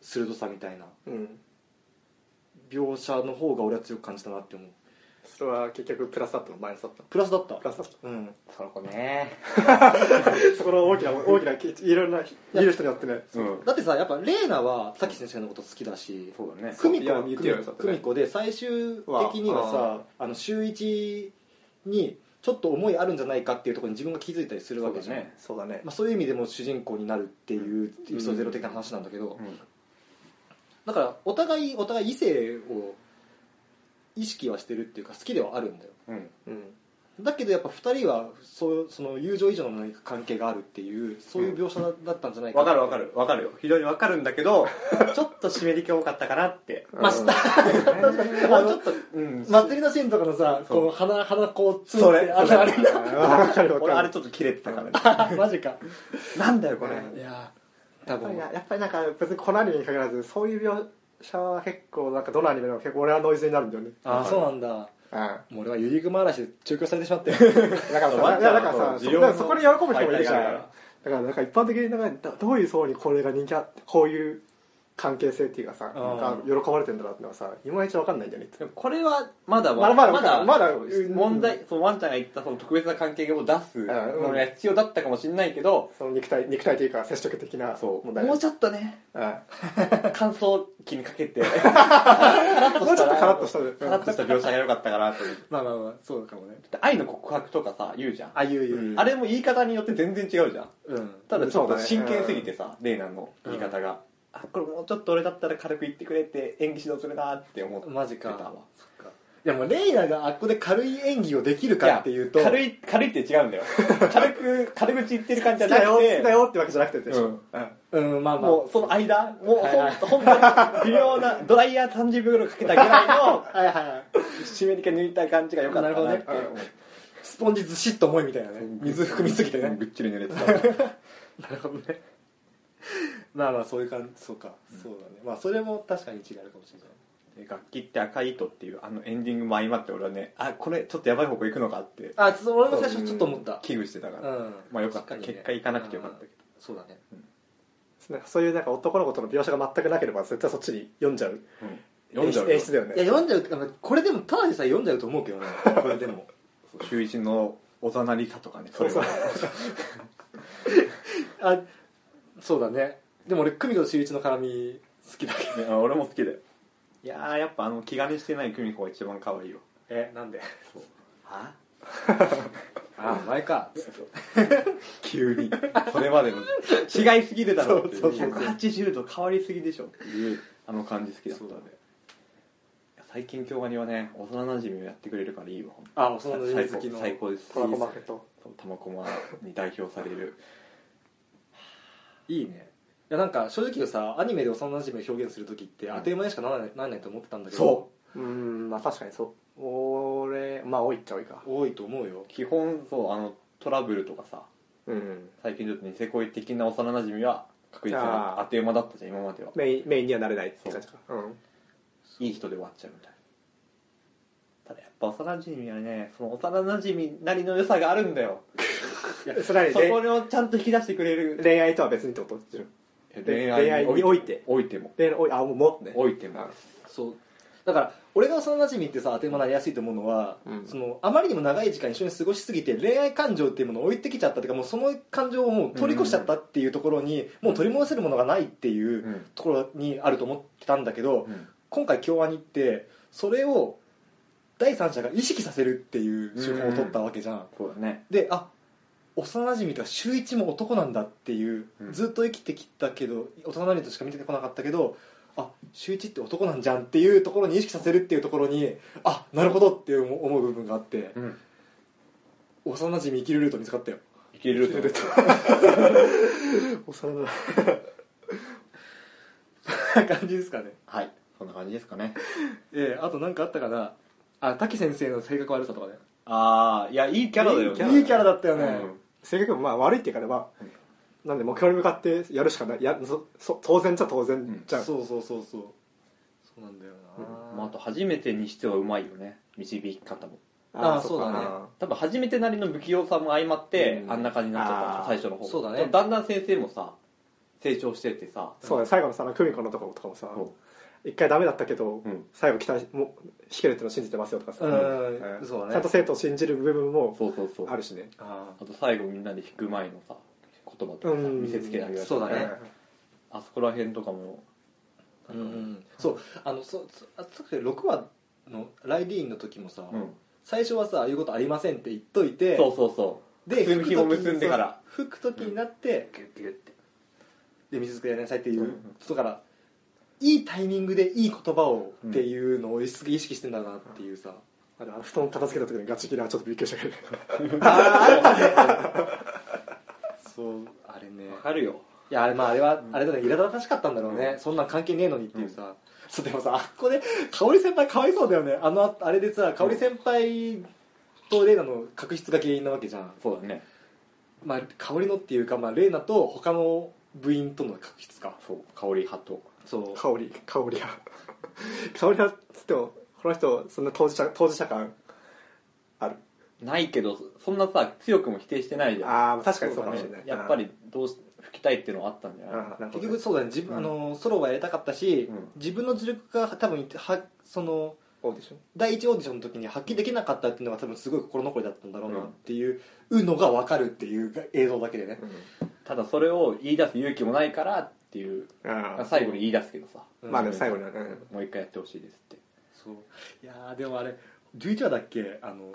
Speaker 3: 鋭さみたいな
Speaker 5: うん
Speaker 3: 描写の方が俺は強く感じたなって思う。
Speaker 5: それは結局プラスだったのマイナスだったの
Speaker 3: プラスだった
Speaker 5: プラスだった
Speaker 3: うんそこね
Speaker 5: そこの大きな大きなきいろんな見る人によってね
Speaker 4: うん
Speaker 3: だってさやっぱレーナはさき先生のこと好きだし
Speaker 4: そうだね
Speaker 3: 久美子
Speaker 5: いや
Speaker 3: は
Speaker 5: 言ってよ
Speaker 3: 久
Speaker 5: だっ
Speaker 3: 美
Speaker 5: て
Speaker 3: 久
Speaker 5: ね
Speaker 3: 美子で最終的には
Speaker 5: わ
Speaker 3: さあの週一にちょっと思いあるんじゃないかっていうところに自分が気づいたりするわけじゃん
Speaker 4: そうだね
Speaker 5: そうだね
Speaker 3: まあ、そういう意味でも主人公になるっていうエピソードゼロ的な話なんだけど、
Speaker 4: うん
Speaker 3: だからお互いお互い異性を意識はしてるっていうか好きではあるんだよ
Speaker 4: うん
Speaker 5: うん
Speaker 3: だけどやっぱ2人はそうその友情以上の何か関係があるっていうそういう描写だったんじゃないか
Speaker 4: わ
Speaker 3: な
Speaker 4: かるわかるわかるよ非常にわかるんだけどちょっと湿り気多かったかなって
Speaker 3: まあした
Speaker 4: もうちょっとうん
Speaker 3: 祭りのシーンとかのさ
Speaker 4: そう
Speaker 3: こう鼻鼻こうつ
Speaker 4: それ
Speaker 3: あれあれな
Speaker 5: わかるわ
Speaker 4: 俺
Speaker 5: か
Speaker 4: あれ
Speaker 5: る
Speaker 4: ちょっと切れてたから
Speaker 3: [laughs]
Speaker 4: ね
Speaker 3: マジか
Speaker 4: なんだよこれ
Speaker 5: うん
Speaker 3: いやー
Speaker 5: や
Speaker 3: 多
Speaker 5: っぱり
Speaker 3: 分
Speaker 5: なやっぱりなんか別にこのアニメに限らずそういう描写は結構なんかどのアニメでも結構俺はノイズになるんだよね
Speaker 3: ああそうなんだ
Speaker 5: うんだ
Speaker 3: もう俺はユリグマ嵐で中華されてしま [laughs] って
Speaker 5: からさ
Speaker 4: そう
Speaker 5: いやだか
Speaker 4: そ
Speaker 5: らさ
Speaker 4: う
Speaker 5: そだから
Speaker 4: 需要の
Speaker 5: そこで喜ぶ人もいる
Speaker 4: 媒体
Speaker 5: し
Speaker 4: があ
Speaker 5: だ
Speaker 4: る
Speaker 5: からなんか一般的になんかだどういう層にこれが人気あってこういう関係性っていうかさ
Speaker 3: うん
Speaker 5: なんか喜ばれてんだなってのはさいまいちわかんないんだよね
Speaker 4: でもこれはまだ
Speaker 5: まだまだ
Speaker 4: まだ
Speaker 5: まだ
Speaker 4: 問題そのワンちゃんが言ったその特別な関係を出すのが必要だったかもしれないけど
Speaker 5: その肉体肉体というか接触的な
Speaker 4: そう
Speaker 5: 問題
Speaker 4: もうちょっと
Speaker 5: [laughs]
Speaker 4: ね
Speaker 5: うん
Speaker 4: 乾燥機にか
Speaker 5: [laughs]
Speaker 4: けてもう
Speaker 5: もうちょっとカラッとした
Speaker 4: カラッとした描写が良かったかなと思って
Speaker 3: まあまあまあそうかもね
Speaker 4: で愛の告白とかさ言うじゃん
Speaker 3: あいういう、
Speaker 5: うん
Speaker 4: あれも言い方によって全然違うじゃん
Speaker 3: うん
Speaker 4: ただちょっと真剣すぎてさ、レイナの言い方が、あこれもうちょっと俺だったら軽く言ってくれって演技指導するなって思って
Speaker 3: マジか
Speaker 4: たわ
Speaker 3: いやもうレイナがあっこで軽い演技をできる
Speaker 4: い
Speaker 3: か
Speaker 4: や
Speaker 3: っていうと
Speaker 4: 軽い軽いって違うん [laughs] だよ軽く軽口言ってる感じ
Speaker 5: 好き
Speaker 4: じゃな
Speaker 5: だよ
Speaker 4: く
Speaker 5: 好きだ
Speaker 4: て
Speaker 5: よってわけじゃなくてでし
Speaker 4: う
Speaker 5: ょ
Speaker 4: ん
Speaker 5: うん
Speaker 3: うんまあまあ
Speaker 4: もうその間もう
Speaker 3: はいはい
Speaker 4: ほん本当に微妙 [laughs] なドライヤー30秒ぐらいかけたぐらいの
Speaker 3: はいはいはい
Speaker 4: 湿り気抜いた感じが良かったなって
Speaker 3: なるほスポンジずしっと重いみたいなね水含みすぎてね
Speaker 4: ぐっちり濡れて [laughs] た
Speaker 3: なるほどね [laughs] まあまあそういう感じそうか、そうだねまあそれも確かに違うかもしれない
Speaker 4: で楽器って赤い糸っていうあのエンディングも相まって俺はねあこれちょっとやばい方向行くのかって
Speaker 3: あちょっと俺も最初ちょっと思った
Speaker 4: 危惧してたから、
Speaker 3: うん
Speaker 4: まあよかった
Speaker 3: 確にね
Speaker 4: 結果行かなくてよかったけど
Speaker 3: うんそうだね
Speaker 5: なんかそういうなんか男の子との描写が全くなければ絶対そっちに読んじゃう
Speaker 4: 読んじゃう
Speaker 5: 演出演出だよね
Speaker 3: いや読んじゃうってかこれでもただでさえ読んじゃうと思うけど
Speaker 4: [laughs]
Speaker 3: ねこれでも
Speaker 4: そう週一のおざなりさとかね
Speaker 5: そうそう
Speaker 4: れは
Speaker 3: あそうだねでも俺久美子と秀一の絡み好きだけど
Speaker 4: いや俺も好きだよいやーやっぱあの気兼ねしてない久美子が一番可愛いよ
Speaker 3: えなんで
Speaker 4: は
Speaker 3: あお前か
Speaker 4: 急にそれまでの違いすぎるだろうっていう
Speaker 3: そうそうそう
Speaker 4: 180度変わりすぎでしょっていうあの感じ好きだった
Speaker 3: そうだね
Speaker 4: 最近京ガニはね幼馴染をやってくれるからいいわ
Speaker 3: あおその
Speaker 4: 最
Speaker 3: 好
Speaker 4: 高
Speaker 3: きの
Speaker 4: 最高です
Speaker 5: コラコマーケット
Speaker 4: そう玉駒に代表される
Speaker 3: いいねいやなんか正直さアニメで幼馴染を表現する時ってあっという間にしかならないならないと思ってたんだけど
Speaker 4: そう
Speaker 5: ーんまあ確かにそう俺まあ多いっちゃ多いか
Speaker 3: 多いと思うよ
Speaker 4: 基本そうあのトラブルとかさ
Speaker 5: うん
Speaker 4: 最近ちょっとニセ恋的な幼馴染は確実にあっという間だったじゃん今までは
Speaker 5: メインメインにはなれないって感じかうん
Speaker 4: いい人で終わっちゃうみたいなただやっぱ幼馴染はねその幼馴染なりの良さがあるんだよ
Speaker 5: それはね
Speaker 4: そこをちゃんと引き出してくれ
Speaker 5: 恋
Speaker 4: る
Speaker 5: 恋愛とは別にってことでしょ
Speaker 4: 恋
Speaker 5: 恋
Speaker 4: 愛
Speaker 5: 愛
Speaker 4: に
Speaker 5: に
Speaker 4: お
Speaker 5: お
Speaker 4: い
Speaker 5: い
Speaker 4: て
Speaker 5: て
Speaker 4: おいても
Speaker 5: 恋愛おいあもうもってね
Speaker 4: おいても
Speaker 3: そうだから俺が幼馴染ってさ当てもなりやすいと思うのは、
Speaker 5: うん
Speaker 3: そのあまりにも長い時間一緒に過ごしすぎて恋愛感情っていうものを置いてきちゃったっていうかもうその感情をもう取り越しちゃったっていうところに、もう取り戻せるものがないっていううんところにあると思ってたんだけど、
Speaker 4: うん
Speaker 3: 今回京アニってそれを第三者が意識させるっていう手法を取ったわけじゃん、
Speaker 4: そうだね
Speaker 3: であ幼馴染とか週一も男なんだっていう、
Speaker 4: うん
Speaker 3: ずっと生きてきたけど大人になりとしか見てこなかったけどあ週一って男なんじゃんっていうところに意識させるっていうところにあなるほどって思う思う部分があって、
Speaker 4: うん
Speaker 3: 幼馴染生きるルート見つか
Speaker 4: [laughs]
Speaker 3: ったよ
Speaker 4: いけると思う
Speaker 5: 幼な
Speaker 3: そんな感じですかね
Speaker 4: はいそんな感じですかね
Speaker 3: ええあと何かあったかなあ滝先生の性格悪さとかね
Speaker 4: ああいやいいキャラだよ
Speaker 5: いいキャラ
Speaker 3: いいキャラだったよね、
Speaker 4: うん
Speaker 5: 性格もまあ悪いっていうからまあなんで目標に向かってやるしかないやそそ当然じゃ当然じゃん
Speaker 3: そうそうそうそうそうなんだよな、
Speaker 4: まああと初めてにしてはうまいよね導き方も
Speaker 3: あー
Speaker 5: っか
Speaker 3: そうだね
Speaker 4: 多分初めてなりの不器用さも相まって、
Speaker 5: うん
Speaker 4: あんな感じになっちゃったん
Speaker 5: あー
Speaker 4: です最初の方
Speaker 3: そうだね
Speaker 4: だんだん先生もさ成長してってさ
Speaker 5: そうだね最後のさ久美子のとことかもさ一回ダメだったけど、
Speaker 4: うん
Speaker 5: 最後期待しもう弾けるってのを信じてますよとかさ、
Speaker 3: うん
Speaker 5: ち
Speaker 3: うん
Speaker 4: うん
Speaker 3: そうだね
Speaker 5: ゃんと生徒を信じる部分も
Speaker 4: そうそうそう
Speaker 5: あるしね
Speaker 3: あ
Speaker 4: あと最後みんなで弾く前のさ言葉とかさ
Speaker 5: うん
Speaker 4: 見せつけてあげるやつ
Speaker 3: そうだね
Speaker 4: あそこら辺とかも
Speaker 3: ーうんうんそうあのそうそうあそうだね6話のライディーンの時もさ、
Speaker 4: うん
Speaker 3: 最初はさああいうことありませんって言っといて
Speaker 4: そうそうそ
Speaker 3: で
Speaker 4: 結び紐結んでから
Speaker 3: 吹く時になって、ギュッギュッてで水つけやりなさいっていう、
Speaker 4: うんうん
Speaker 3: だからいいタイミングでいい言葉をっていうのを意識意識してんだなっていうさ、
Speaker 5: あの布団片付けた時にガチキラーちょっとびっくりしたけど
Speaker 3: そうあれね
Speaker 4: うわかるよ
Speaker 3: いやあれまああれは、あれだね苛立たしかったんだろうね、
Speaker 4: うん
Speaker 3: そんなん関係ねえのにっていうさ、そうでもさあっこで香織先輩かわいそうだよねあのああれでさ香織先輩と玲奈の確執が原因なわけじゃん
Speaker 4: そうだね
Speaker 3: まあ香織のっていうかまあ玲奈と他の部員との確執か
Speaker 4: そう香り派と
Speaker 3: そう
Speaker 5: 香り香りは香りはっつってもこの人そんな当事者当事者感ある
Speaker 4: ないけどそんなさ強くも否定してないじゃん
Speaker 5: ああ確かにそうかもしれない、
Speaker 4: やっぱりどうし吹きたいっていうのはあったんじゃ
Speaker 5: あ
Speaker 4: ない
Speaker 5: ーなるほ
Speaker 3: 結
Speaker 5: どね
Speaker 3: 局そうだね自分、
Speaker 4: うん
Speaker 3: あのソロはやりたかったし、
Speaker 4: うん
Speaker 3: 自分の実力が多分はその
Speaker 5: オーディション
Speaker 3: 第一オーディションの時に発揮できなかったっていうのが多分すごい心残りだったんだろうなっていうのが分かるっていう映像だけでね、
Speaker 4: ただそれを言い出す勇気もないからっていう
Speaker 5: あー
Speaker 4: 最後に言い出すけどさ
Speaker 3: うん
Speaker 5: まあね最後にはねうん
Speaker 4: もう一回やってほしいですって
Speaker 3: そういやーでもあれ11話だっけあの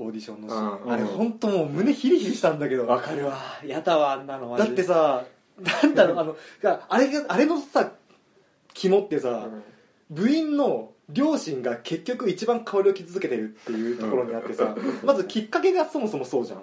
Speaker 3: オーディションのシーン、
Speaker 5: うん
Speaker 3: あれ本当もう胸ヒリヒリしたんだけど
Speaker 4: わかるわやだわあんなのマ
Speaker 3: だっ
Speaker 4: ジ
Speaker 3: て
Speaker 4: で
Speaker 3: さなんだろうあのいやあれがあれのさ肝ってさ、部員の両親が結局一番香りを傷つけてるっていうところにあってさ、まずきっかけがそもそもそうじゃん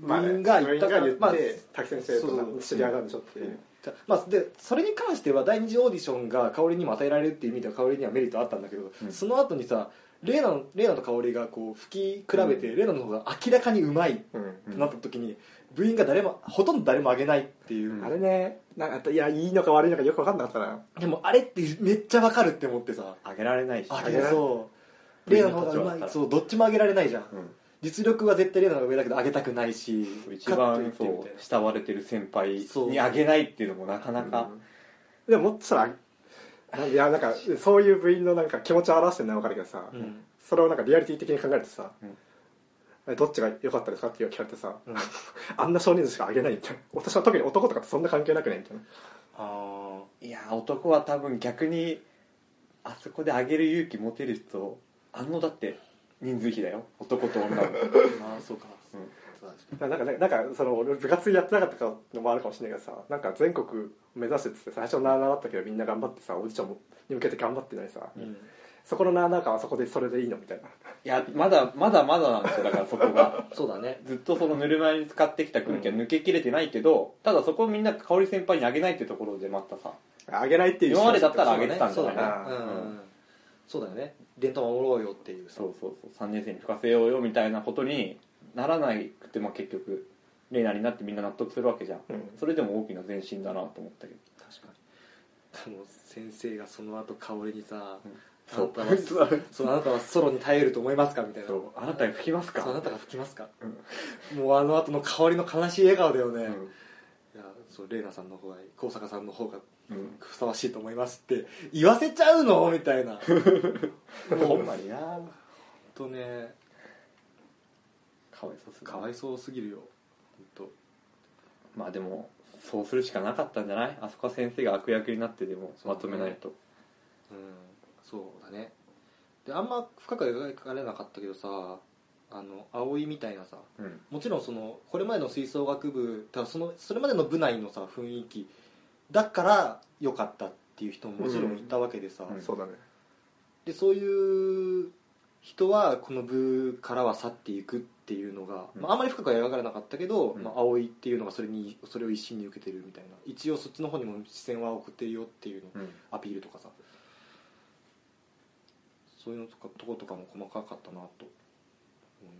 Speaker 5: まあね
Speaker 3: 部員が言ったから
Speaker 5: 部員
Speaker 3: ま
Speaker 5: が
Speaker 3: あ
Speaker 5: 言って滝先生
Speaker 3: そう
Speaker 5: と知り合いなんでしょっていう
Speaker 3: じゃまあ、でそれに関しては第二次オーディションが香りにも与えられるっていう意味では香りにはメリットあったんだけど、
Speaker 4: うん
Speaker 3: その後にさ玲奈の玲奈と香りがこう吹き比べて玲奈、の方が明らかにうまいっ
Speaker 5: うん
Speaker 3: てなった時に部員が誰もほとんど誰もあげないっていう、
Speaker 4: うん
Speaker 5: あれねなんかいやいいのか悪いのかよく分かんなかったな
Speaker 3: でもあれってめっちゃわかるって思ってさ
Speaker 4: あげられないし
Speaker 3: あ
Speaker 5: げ
Speaker 3: げ
Speaker 5: られ
Speaker 3: そう玲奈の方がうまいそうどっちもあげられないじゃん
Speaker 4: うん
Speaker 3: 実力は絶対レナの方が上だけど上げたくないし
Speaker 4: 一番
Speaker 3: そう
Speaker 4: そう慕われてる先輩
Speaker 3: そう
Speaker 4: にあげないっていうのもなかなか
Speaker 5: でももっとしたらいやなんかそういう部員のなんか気持ちを表してるのは分かるけどさ、
Speaker 3: ん
Speaker 5: それをなんかリアリティ的に考えるとさ、
Speaker 4: うん
Speaker 5: えどっちが良かったですかって聞かれてさ、
Speaker 3: うん
Speaker 5: [laughs] あんな少人数しかあげないみたいな私は特に男とかってそんな関係なくないみたいな
Speaker 3: あ
Speaker 4: いや男は多分逆にあそこであげる勇気持てる人あのだって人数比だよ男と女の
Speaker 3: ーまあそうか、
Speaker 4: うん
Speaker 3: そうだね
Speaker 5: なんかねなんかその俺部活やってなかったからのもあるかもしれないけどさなんか全国目指してっつって最初なあなあだったけどみんな頑張ってさオーディションに向けて頑張ってないさ、
Speaker 3: うん
Speaker 5: そこのなあなあ感はそこでそれでいいのみたいない
Speaker 4: やまだまだまだなんですよだからそこが
Speaker 3: そうだね
Speaker 4: ずっとそのぬるま湯に使ってきた空気は抜けきれてないけど、ただそこをみんな香織先輩にあげないってところでまたさ
Speaker 5: あげないっていう
Speaker 4: 今までだったらあ
Speaker 5: げ
Speaker 4: げてたんじ
Speaker 3: そ
Speaker 4: ゃ
Speaker 3: う
Speaker 4: な
Speaker 3: だ
Speaker 4: い
Speaker 3: ねう
Speaker 5: うん
Speaker 3: んそうだよね伝統守ろうよっていう
Speaker 4: そうそうそう3年生に吹かせようよみたいなことにならなくても結局レイナになってみんな納得するわけじゃん、
Speaker 5: うん
Speaker 4: それでも大きな前進だなと思ったけど
Speaker 3: 確かにでも先生がその後香りにさ、
Speaker 4: うん
Speaker 3: あなたは [laughs] そうあなたはソロに耐えると思いますかみたいな
Speaker 4: そうあなたに吹きますか
Speaker 3: そうあなたが吹きますか、もうあの後の香りの悲しい笑顔だよね、
Speaker 4: うん
Speaker 3: いやそう玲奈さんの方が高坂さんの方が
Speaker 4: うん
Speaker 3: ふさわしいと思いますって言わせちゃうのみたい [laughs] な
Speaker 4: ほんまにな
Speaker 3: とね
Speaker 4: かわいそうすぎる
Speaker 3: かわいそうすぎるよ本
Speaker 4: まあでもそうするしかなかったんじゃないあそこは先生が悪役になってでもまとめないと、
Speaker 3: 当うんそうだねであんま深く描かれなかったけどさあの葵みたいなさ
Speaker 4: うん
Speaker 3: もちろんそのこれまでの吹奏楽部ただそのそれまでの部内のさ雰囲気だから良かったっていう人ももちろんいたわけでさ、
Speaker 4: うん
Speaker 5: そうだね
Speaker 3: でそういう人はこの部からは去っていくっていうのが、
Speaker 4: うん
Speaker 3: まあ、あんまり深くは描かれなかったけど、
Speaker 4: うん
Speaker 3: まあ、葵っていうのがそれにそれを一心に受けてるみたいな一応そっちの方にも視線は送ってるよっていうの
Speaker 4: うん
Speaker 3: アピールとかさそういうのとかとことかも細かかったなと思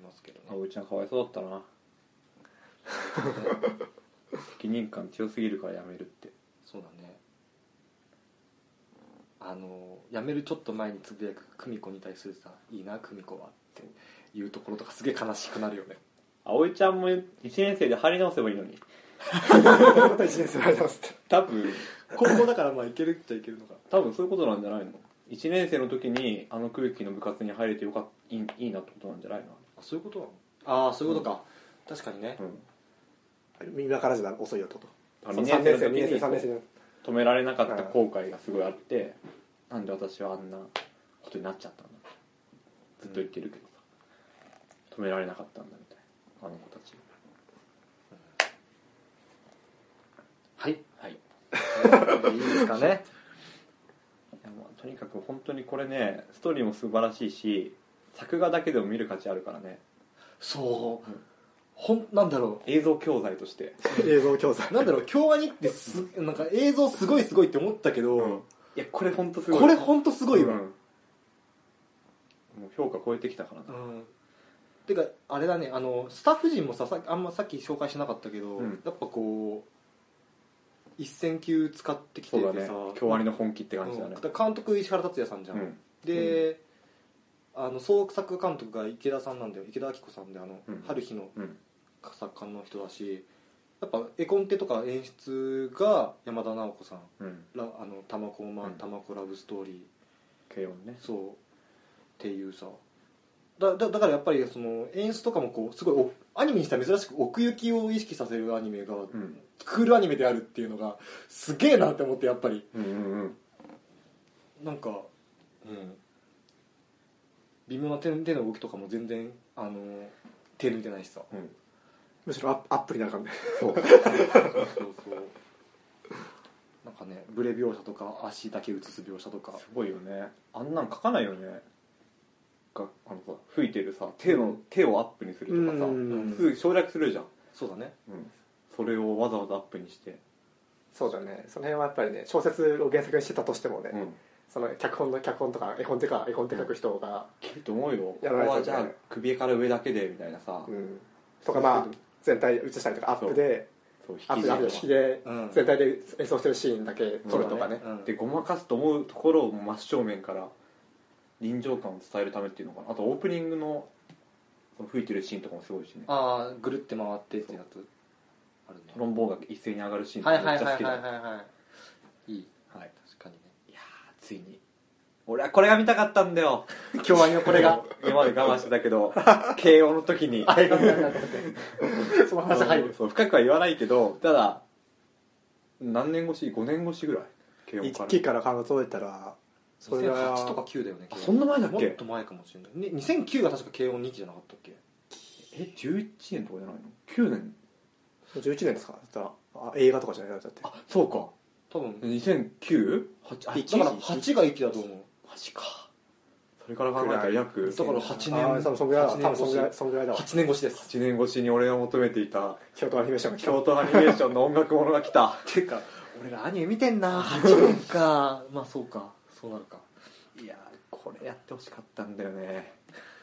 Speaker 3: いますけどね
Speaker 4: 葵ちゃんかわいそうだったな責任感強すぎるからやめるって
Speaker 3: そうだねあの辞めるちょっと前につぶやく久美子に対するさ「いいな久美子は」っていうところとかすげえ悲しくなるよね
Speaker 4: 葵ちゃんも1年生で入り直せばいいのに
Speaker 5: また1年生になりますって
Speaker 4: 多分
Speaker 5: [laughs] 高校だからまあいけるっちゃいけるのか
Speaker 4: 多分そういうことなんじゃないの1年生の時にあの空気の部活に入れてよかっいいいいなってことなんじゃないの、
Speaker 5: そういうことなの
Speaker 3: ああそういうことか、確かにね、
Speaker 4: うん、
Speaker 5: みんなからじゃ遅いよってこと
Speaker 4: あ
Speaker 5: その
Speaker 4: 二
Speaker 5: 3年生2年生
Speaker 4: の
Speaker 5: 3
Speaker 4: 時
Speaker 5: 年
Speaker 4: に
Speaker 5: 生
Speaker 4: 止められなかった後悔がすごいあって、なんで私はあんなことになっちゃったんだずっと言ってるけどさ止められなかったんだみたいなあの子たち
Speaker 3: はい
Speaker 4: はい
Speaker 3: いいですかね
Speaker 4: [laughs] いやまあとにかく本当にこれねストーリーも素晴らしいし作画だけでも見る価値あるからね
Speaker 3: そう、
Speaker 4: うん
Speaker 3: ほんなんだろ
Speaker 4: 映像教材として、
Speaker 5: 映像教材
Speaker 3: うなんだろう京アニってすなんか映像すごいすごいって思ったけど、
Speaker 4: いやこれ本当すごい
Speaker 3: これほんとす
Speaker 4: す
Speaker 3: ごいわ、
Speaker 4: もう評価超えてきたからな
Speaker 3: うんてかあれだねあのスタッフ陣もささあんまさっき紹介しなかったけど、
Speaker 4: うん
Speaker 3: やっぱこう一線級使ってきて
Speaker 4: そう
Speaker 3: て
Speaker 4: だ
Speaker 3: さ、
Speaker 4: ね京アニの本気って感じだ
Speaker 3: うん
Speaker 4: ね
Speaker 3: だから監督石原達也さんじゃん、
Speaker 4: うん
Speaker 3: で、あの総作監督が池田さんなんだよ池田明子さんであの、
Speaker 4: うん
Speaker 3: 春日の
Speaker 4: うん
Speaker 3: 作家の人だしやっぱ絵コンテとか演出が山田直子さん
Speaker 4: うん
Speaker 3: らあの玉子マン
Speaker 4: うん
Speaker 3: 玉子ラブストーリー、
Speaker 4: 軽音ね
Speaker 3: そうっていうさだだだからやっぱりその演出とかもこうすごいおアニメにしたら珍しく奥行きを意識させるアニメが、
Speaker 4: うん
Speaker 3: クールアニメであるっていうのがすげえなって思ってやっぱり
Speaker 4: うんうんうん
Speaker 3: なんか、うん、微妙な手手の動きとかも全然あの手抜いてないしさ
Speaker 4: うん
Speaker 5: むしろアップアップになる感じ
Speaker 3: そうそうそうなんかねブレ描写とか足だけ映す描写とか
Speaker 4: すごいよねあんなん書かないよねがあのさ吹いてるさ手の、手をアップにするとかさ、
Speaker 5: うん
Speaker 4: すぐ省略するじゃん、
Speaker 3: そうだね
Speaker 4: それをわざわざアップにして、
Speaker 5: そうだねその辺はやっぱりね小説を原作にしてたとしてもね、
Speaker 4: うん、
Speaker 5: その脚本の脚本とか絵本ってか絵本って書く人が、
Speaker 4: きると思うよ
Speaker 5: や
Speaker 4: こ
Speaker 5: られ
Speaker 4: こ
Speaker 5: てるね
Speaker 4: はじゃあ首から上だけでみたいなさ、
Speaker 5: うんとかまあ全体映したりとかアップで
Speaker 4: そう引
Speaker 5: アップでアップで引きで
Speaker 3: うん
Speaker 5: 全体で演奏してるシーンだけ撮るとかね
Speaker 3: うん
Speaker 4: でごまかすと思うところを真正面から臨場感を伝えるためっていうのかなあとオープニングのその吹いてるシーンとかもすごいしね
Speaker 3: ああぐるって回ってってやつあるね
Speaker 4: トロンボーンが一斉に上がるシーン
Speaker 3: はいはい
Speaker 4: めっ
Speaker 3: はい
Speaker 4: ちゃ
Speaker 3: は
Speaker 4: 好き
Speaker 3: い
Speaker 4: だ
Speaker 3: は
Speaker 4: よ
Speaker 3: いはいいい
Speaker 4: はい
Speaker 3: 確かにね
Speaker 4: いやーついに俺はこれが見たかったんだよ
Speaker 5: 京アニのこ
Speaker 3: [laughs]
Speaker 5: れが
Speaker 4: 今まで我慢してたけど慶応の時に
Speaker 5: あれがみたいになっててその話入る
Speaker 4: そう深くは言わないけどただ何年越し5年越しぐらい慶応か
Speaker 5: 一
Speaker 4: ら
Speaker 5: 期から感届いたらそれが
Speaker 3: 2008とか9だよね
Speaker 4: あ
Speaker 3: 慶応
Speaker 4: そんな前だっけ
Speaker 3: もっと前かもしれない、ね、2009が確か慶応2期じゃなかったっけ
Speaker 4: え11年とかじゃないの9年
Speaker 5: 11年ですかだったらあ映画とかじゃないだって
Speaker 4: あそうか
Speaker 3: 多分
Speaker 4: 2009?
Speaker 3: だ
Speaker 4: 8
Speaker 3: から8が1期だと思う
Speaker 4: マジかそれから考えたら約
Speaker 3: だから
Speaker 4: 8
Speaker 3: 8
Speaker 5: あー多分そんぐらいだ
Speaker 3: 年
Speaker 5: 多分そんぐらい
Speaker 3: 8
Speaker 5: そんぐらいだわ
Speaker 3: 年越しです
Speaker 4: 年越しに俺が求めていた
Speaker 5: 京都アニメーションが来た
Speaker 4: 京都アニメーションの音楽ものが来 [laughs] た
Speaker 3: ていうか俺らアニメ見てんな8年
Speaker 4: [laughs]
Speaker 3: かまあそうかそうなるか
Speaker 4: いやーこれやってほしかったんだよね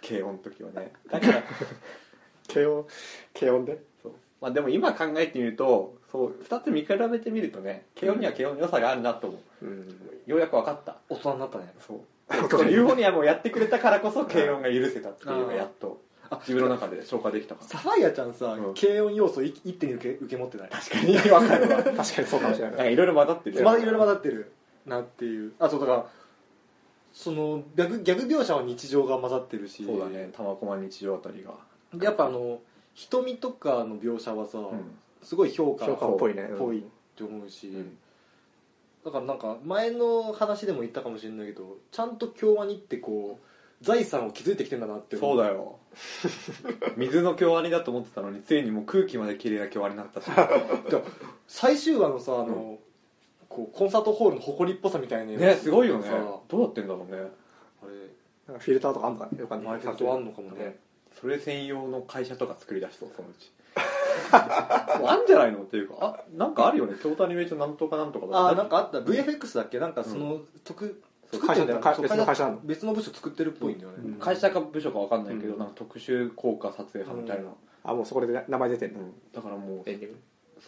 Speaker 4: 慶音の時はねだから [laughs]
Speaker 5: 慶応慶応で
Speaker 4: そうまあでも今考えてみるとそう2つ見比べてみるとね慶音には慶音の良さがあるなと思う
Speaker 5: うん
Speaker 4: ようやく分かった
Speaker 3: 大人になったね
Speaker 4: そうこのユーフォニアムをやってくれたからこそ慶音が許せたっていうのが
Speaker 3: あー
Speaker 4: やっと自分の中で消化できたか
Speaker 3: サファイアちゃんさ、
Speaker 4: うん
Speaker 3: 軽音要素い一手に受け受け持ってない
Speaker 4: ら確かに分かるわ
Speaker 5: 確かにそうかもしれ
Speaker 4: [laughs] なん
Speaker 5: な
Speaker 4: か
Speaker 5: い
Speaker 4: いろいろ混ざってるよ
Speaker 3: [laughs] まだいろいろ混ざってるなっていうあそうだからそのギャグギャグ描写は日常が混ざってるし
Speaker 4: そうだね玉駒日常あたりが、
Speaker 3: でやっぱあの瞳とかの描写はさ、
Speaker 4: うん
Speaker 3: すごい評価
Speaker 5: 評価っぽいね
Speaker 3: ぽいって思うし、だからなんか前の話でも言ったかもしれないけどちゃんと京アニってこう財産を築いてきてんだなって
Speaker 4: そう
Speaker 3: だ
Speaker 4: だよ [laughs] 水の京アニだと思ってたのについにもう空気まで綺麗な京アニになったし
Speaker 3: 最終話のさあの、
Speaker 4: うん
Speaker 3: こうコンサートホールの誇りっぽさみたいな
Speaker 4: [laughs] ねすごいよね
Speaker 3: さ
Speaker 4: どうやってんだろう
Speaker 3: あ
Speaker 4: ね
Speaker 3: れ
Speaker 5: なんかフィルターとかあんのかねよくわかんな
Speaker 3: マ
Speaker 5: い
Speaker 3: イケルとあんのかもね
Speaker 4: それ専用の会社とか作り出しそうそのう [laughs] ちもうあんじゃないのっていうかあなんかあるよね京都アニメーションなんとかなんとかだ
Speaker 3: ああなんかあった VFX だっけなんかその特
Speaker 5: そう
Speaker 3: 作ってんだよね
Speaker 5: 会社別の会社
Speaker 3: そう
Speaker 5: なの
Speaker 3: 別の部署作ってるっぽいんだよね、
Speaker 5: うん
Speaker 4: 会社か部署か分かんないけど、
Speaker 5: うん
Speaker 4: なんか特殊効果撮影班みたいな、
Speaker 5: あもうそこで名前出てん
Speaker 4: う
Speaker 5: の
Speaker 4: んだからもう
Speaker 5: エンディング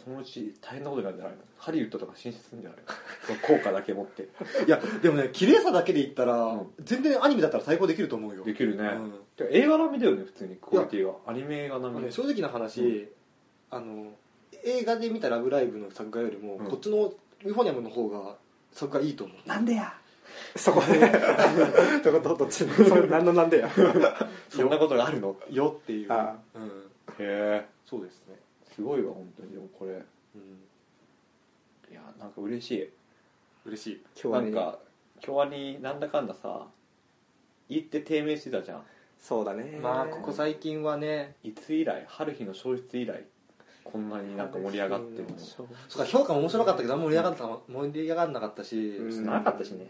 Speaker 4: そのうち大変なことになるんじゃないのハリウッドとか進出するんじゃないの [laughs] その効果だけ持って
Speaker 3: いやでもね綺麗さだけで言ったら、
Speaker 4: うん
Speaker 3: 全然アニメだったら最高できると思うよ
Speaker 4: できるね、
Speaker 3: うん
Speaker 4: てか映画並みだよね普通にクオリティがアニメ映画並
Speaker 3: あの
Speaker 4: み
Speaker 3: ね正直な話、あの映画で見た「ラブライブ!」の作画よりも、
Speaker 4: うん
Speaker 3: こっちのユーフォニアムの方が作画いいと思う
Speaker 4: なんでや
Speaker 5: そこでどこどどっちそれ何のなんでや
Speaker 4: そんなことがあるの
Speaker 3: よっていう、
Speaker 5: あ
Speaker 3: うん、
Speaker 4: へえ
Speaker 3: そうですね、
Speaker 4: すごいわ本当にでもこれ
Speaker 3: うん、
Speaker 4: いやなんか嬉しい
Speaker 3: 嬉しい
Speaker 5: 今日
Speaker 4: な
Speaker 5: は
Speaker 4: ん
Speaker 5: ね
Speaker 4: か京アニなんだかんださ「い」って低迷してたじゃん
Speaker 5: そうだね
Speaker 3: まあここ最近はね
Speaker 4: いつ以来春日の消失以来こんなになんか盛り上がってるの
Speaker 3: そうか評価も面白かったけどあんま盛り上がった盛り上がんなかったし、
Speaker 5: うん
Speaker 4: なかったしね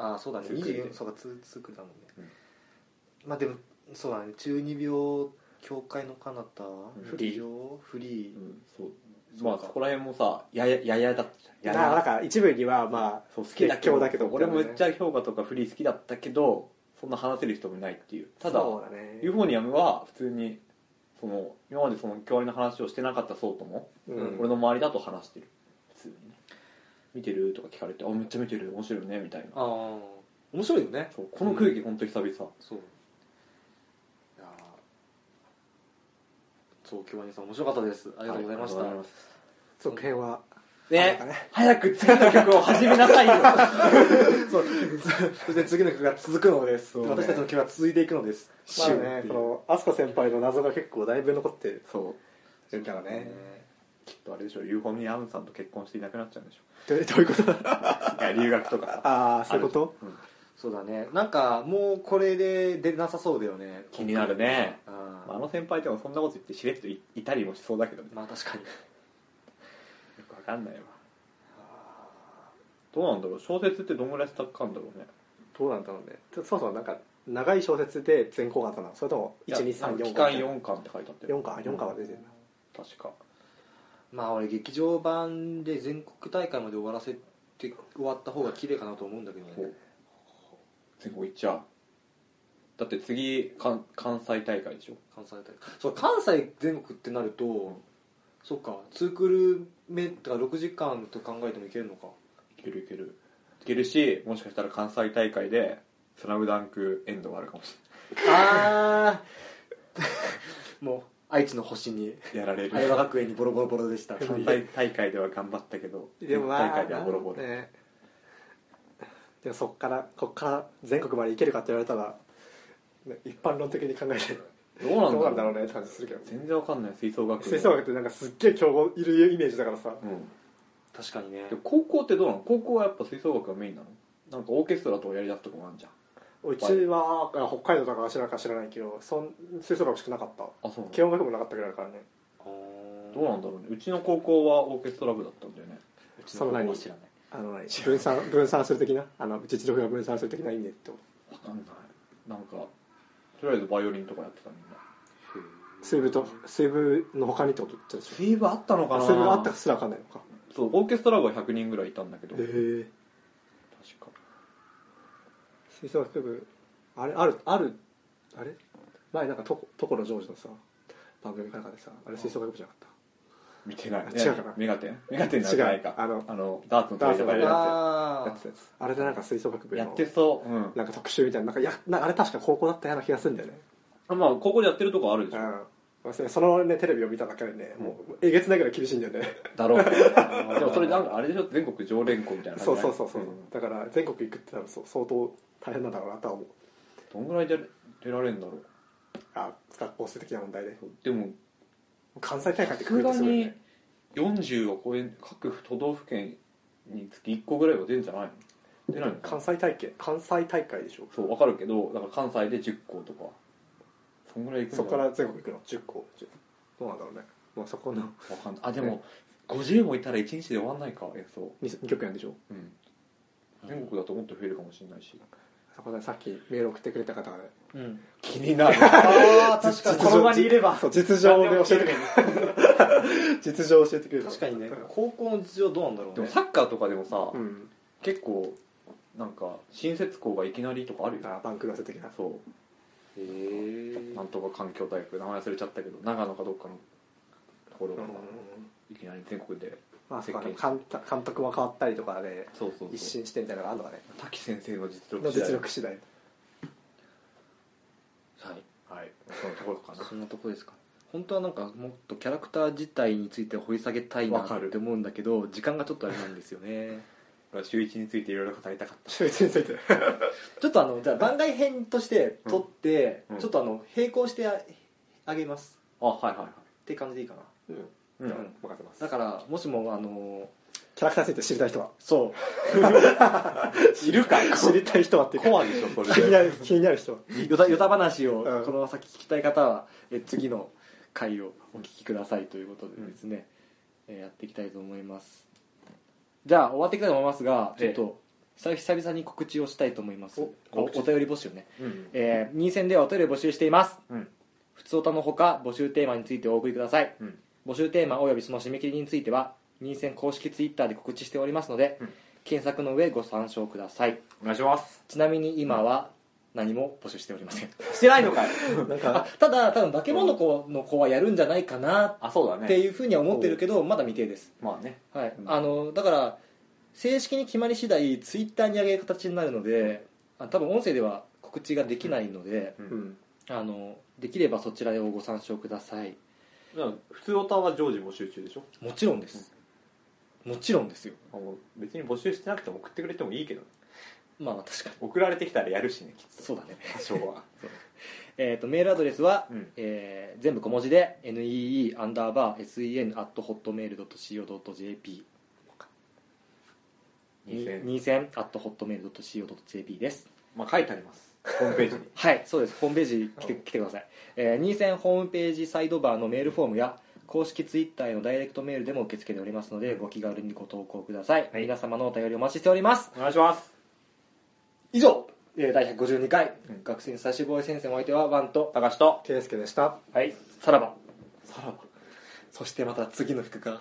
Speaker 3: ああそうだね
Speaker 4: ツークールで
Speaker 3: 24そうかツーツークールだもんね、まあでもそうだね中二病教会の彼方
Speaker 4: ん
Speaker 3: 不利よ不利
Speaker 4: うんそうまあそこら辺もさややややだったじゃんや
Speaker 5: だから
Speaker 4: や
Speaker 5: なんか一部にはまあ
Speaker 4: そう好きだけど
Speaker 5: だけど
Speaker 4: 俺もめっち
Speaker 5: ゃ
Speaker 4: ゃ評価とかフリー好きだったけどそんな話せる人もいないっていうただ
Speaker 5: そうだね
Speaker 4: ユーフォニアムは普通にその今までその京アニの話をしてなかった層とも、
Speaker 5: うん
Speaker 4: 俺の周りだと話してる普通にね見てるとか聞かれて「あめっちゃ見てる面白いね」みたいな
Speaker 3: ああ面白いよね
Speaker 4: そうこの空気本当久々、
Speaker 3: そういやーそう京アニさん面白かったですありがとうございました、
Speaker 4: はありがとうございます
Speaker 5: 続編はなんか
Speaker 4: ね
Speaker 5: ね
Speaker 4: 早く次の曲を始めなさいよ
Speaker 3: そうそして次の曲が続くのです、
Speaker 5: うね
Speaker 3: 私たちの曲が続いていくのです
Speaker 5: まあねその飛鳥先輩の謎が結構だいぶ残ってる
Speaker 4: そう
Speaker 3: からね
Speaker 4: きっとあれでしょユーフォニアムさんと結婚していなくなっちゃうんでしょ
Speaker 5: どうどういうこと
Speaker 4: いや留学とかさ
Speaker 5: ああそういうこと
Speaker 4: あるうん
Speaker 3: そうだねなんかもうこれで出なさそうだよね
Speaker 4: 気になるね
Speaker 3: あ
Speaker 4: まああの先輩でもそんなこと言ってしれっといいたりもしそうだけどね
Speaker 3: まあ確かに
Speaker 4: よくわかんないわどうなんだろう小説ってどんぐらいスタックあるんだろうね
Speaker 5: どうなんだろうねそもそもなんか長い小説で前後型なのそれとも
Speaker 4: いや
Speaker 5: 1234
Speaker 4: 期間4巻って書いてあって
Speaker 5: 4巻4巻は出てるな
Speaker 4: 確か
Speaker 3: まあ俺劇場版で全国大会まで終わらせて終わった方が綺麗かなと思うんだけど
Speaker 4: ほ
Speaker 3: ね
Speaker 4: う全国行っちゃうだって次関関西大会でしょ
Speaker 3: 関西大会そう関西全国ってなると、そっか2クール目とか6時間と考えてもいけるのか
Speaker 4: いけるいけるいけるしもしかしたら関西大会で「スラムダンクエンドがあるかもし
Speaker 3: ああ [laughs] もう愛知の星に
Speaker 4: れないやられ
Speaker 3: 有馬
Speaker 4: る
Speaker 3: 学園にボロボロボロで [laughs] した
Speaker 4: 関西大会では頑張ったけど
Speaker 5: でもまあ
Speaker 4: 全国大会ではボロボロ、
Speaker 5: ねでもそっからこっから全国まで行けるかって言われたら、ね一般論的に考えて
Speaker 4: どうなんだ
Speaker 5: ど
Speaker 4: ろ
Speaker 5: う
Speaker 4: う
Speaker 5: なんだろうねって感じするけど
Speaker 4: 全然わかんない吹奏楽部
Speaker 5: 吹奏楽ってなんかすっげえ強豪いるイメージだからさ
Speaker 4: うん
Speaker 3: 確かにね
Speaker 4: でも高校ってどうなの高校はやっぱ吹奏楽がメインなのなんかオーケストラとかやりだすとこもあるじゃん
Speaker 5: うちはあ北海道だから知らんか知らないけどそん吹奏楽しくなかった
Speaker 4: あそうな
Speaker 5: 軽音楽部なかったぐらいだからね
Speaker 3: あー
Speaker 4: どうなんだろうねうちの高校はオーケストラ部だったんだよね
Speaker 3: うちの子も知らない
Speaker 5: あの何分散分散する的なあの実力が分散する的な意味でってこと
Speaker 4: わかんないなんかとりあえずバイオリンとかやってたみんな
Speaker 5: 水分と水分の他にってこと言ってたでしょ
Speaker 4: 水部あったのかな
Speaker 5: 水分あったかすら分かんないのか
Speaker 4: そうオーケストラ部は100人ぐらいいたんだけど
Speaker 5: へ
Speaker 4: 確
Speaker 5: え
Speaker 4: か
Speaker 5: 吹奏楽部あれあるあるあれ前なんかと所ジョージのさ番組かなんかでさあれ吹奏楽部じゃなかっ
Speaker 4: 見てない
Speaker 5: あ違うかな
Speaker 4: メガテンメガテンなんじゃないか
Speaker 5: 違うあの
Speaker 4: ダーツの大会とかやる
Speaker 5: ダーツの
Speaker 4: や
Speaker 5: たや
Speaker 3: あ
Speaker 5: ってたやつあれでなんか吹奏楽
Speaker 4: つ
Speaker 5: 部
Speaker 4: や
Speaker 5: の
Speaker 4: ってそううん
Speaker 5: なんか特集みたいななんかやなあれ確か高校だったような気がするんだよね
Speaker 4: あまあ高校でやってるとこあるでしょ
Speaker 5: うんそれそのねテレビを見ただけでねもうえげつないぐらい厳しいんだよね
Speaker 4: だ
Speaker 5: [laughs]
Speaker 4: ろうでもそれなんかあれでしょ全国常連校みたいな感
Speaker 5: そう
Speaker 4: じ
Speaker 5: そうそうそう、
Speaker 4: ん
Speaker 5: だから全国行くって多分そう相当大変なんだろうなとは思う
Speaker 4: どんぐらいで出られるんだろう
Speaker 5: あ学校生的な問題で
Speaker 4: でも
Speaker 5: 関西大会って来
Speaker 4: 空
Speaker 5: ると
Speaker 4: 間
Speaker 5: すごい
Speaker 4: に
Speaker 5: ね
Speaker 4: 40を超え各都道府県につき1個ぐらいは出るんじゃないの出ないのか
Speaker 5: 関西大会関西大会でしょ
Speaker 4: そうわかるけどだから関西で10校とかそんぐらい行くん
Speaker 5: そこ
Speaker 4: じゃ
Speaker 5: か
Speaker 4: ない
Speaker 5: ら全国行くの10個どうなんだろうねまあそこの
Speaker 4: わかんないあでも50もいたら1日で終わんないか演奏
Speaker 5: 2, 曲やんでしょ
Speaker 4: うん全国だともっと増えるかもしれないし
Speaker 5: そこでさっきメール送ってくれた方がね
Speaker 3: [laughs] うん
Speaker 4: 気になる
Speaker 3: あー確かに
Speaker 5: 実情
Speaker 4: れば
Speaker 5: そう実情で教えてくれる [laughs] 実情教えてくれる
Speaker 3: 確かにね高校の実情どうなんだろ
Speaker 4: で
Speaker 3: う
Speaker 4: も
Speaker 3: ね
Speaker 4: サッカーとかでもさ、
Speaker 5: うん
Speaker 4: 結構なんか新設校がいきなりとかあるよ
Speaker 5: あバンクル合わせ的な
Speaker 4: そ
Speaker 3: へえ
Speaker 4: うなんとか環境大学名前忘れちゃったけど長野かどっかのところが、いきなり全国で
Speaker 5: まあそこはね
Speaker 4: 設計
Speaker 5: 監督監督も変わったりとかで
Speaker 4: そうそうそう
Speaker 5: 一新してみたいなのがあるのかね
Speaker 4: 滝先生の実力
Speaker 5: の
Speaker 4: 次第
Speaker 5: 実力次第
Speaker 3: はい
Speaker 4: はいそのところかな
Speaker 3: そんなとこですか本当はなんかもっとキャラクター自体について掘り下げたいな
Speaker 4: わかる
Speaker 3: って思うんだけど時間がちょっとあれなんですよね
Speaker 4: 俺は週一についていろいろ語りたかった
Speaker 5: 週 [laughs] 一について
Speaker 3: [laughs] ちょっとあのじゃあ番外編として撮って、
Speaker 4: うん
Speaker 3: ちょっとあの並行してああげます
Speaker 4: あはいはいはい
Speaker 3: って感じでいいかな
Speaker 5: うん
Speaker 4: うん、
Speaker 3: うん
Speaker 5: 任せます
Speaker 3: だからもしもあの
Speaker 5: キャラクターについて知りたい人は
Speaker 3: そう
Speaker 4: いるか
Speaker 5: 知りたい人はっていうか
Speaker 4: コアでしょそれ
Speaker 5: 気になる気になる人は
Speaker 3: よたよた話を
Speaker 5: うん
Speaker 3: この先聞きたい方は、え次の回をお聞きくださいということでですね、えーやっていきたいと思いますじゃあ終わっていきたいと思いますがちょっと久々久々に告知をしたいと思います
Speaker 5: お
Speaker 3: おお
Speaker 5: 告知
Speaker 3: 便り募集ね、
Speaker 4: うん
Speaker 3: えー、任意線ではお便りを募集しています
Speaker 4: うん
Speaker 3: 普通歌のほか募集テーマについてお送りください
Speaker 4: うん
Speaker 3: 募集テーマおよびその締め切りについては任意線公式ツイッターで告知しておりますので、
Speaker 4: うん
Speaker 3: 検索の上ご参照ください
Speaker 4: お願いします
Speaker 3: ちなみに今は何も募集しておりません
Speaker 4: してないのかい
Speaker 5: なん
Speaker 3: あ
Speaker 5: か
Speaker 3: ただ多分化け物の子の子はやるんじゃないかな
Speaker 4: [laughs] あそうだね
Speaker 3: っていうふうには思ってるけどまだ未定です、
Speaker 4: まあね
Speaker 3: はい
Speaker 4: うん
Speaker 3: あのだから正式に決まり次第ツイッターに上げる形になるのであ多分音声では告知ができないので、
Speaker 4: う
Speaker 5: うんん
Speaker 3: あのできればそちらをご参照ください
Speaker 4: だから普通オタは常時募集中でしょ
Speaker 3: もちろんです、もちろんですよ
Speaker 4: あもう別に募集してなくても送ってくれてもいいけど
Speaker 3: まあまあ確かに
Speaker 4: 送られてきたらやるしねきっ
Speaker 3: そうだね
Speaker 4: と多少は
Speaker 3: えー、とメールアドレスは、
Speaker 4: うん
Speaker 3: えー全部小文字で nee アンダーバー sen at hotmail.co.jp
Speaker 4: 2000
Speaker 3: 2000 at hotmail.co.jp です
Speaker 4: まあ書いてありますホームページに
Speaker 3: はいそうですホームページ来て来てください、えー、2000ホームページサイドバーのメールフォームや公式ツイッターへのダイレクトメールでも受け付けておりますのでご気軽にご投稿ください、
Speaker 4: はい
Speaker 3: 皆様のお便りお待ちしております
Speaker 4: お願いします
Speaker 3: 以上、えー、第152回、
Speaker 4: うん
Speaker 3: 学生最終防衛戦線お相手はワンと
Speaker 4: 高橋と
Speaker 5: 圭介でした
Speaker 4: はい
Speaker 3: さらば
Speaker 4: さらば
Speaker 3: そしてまた次の服が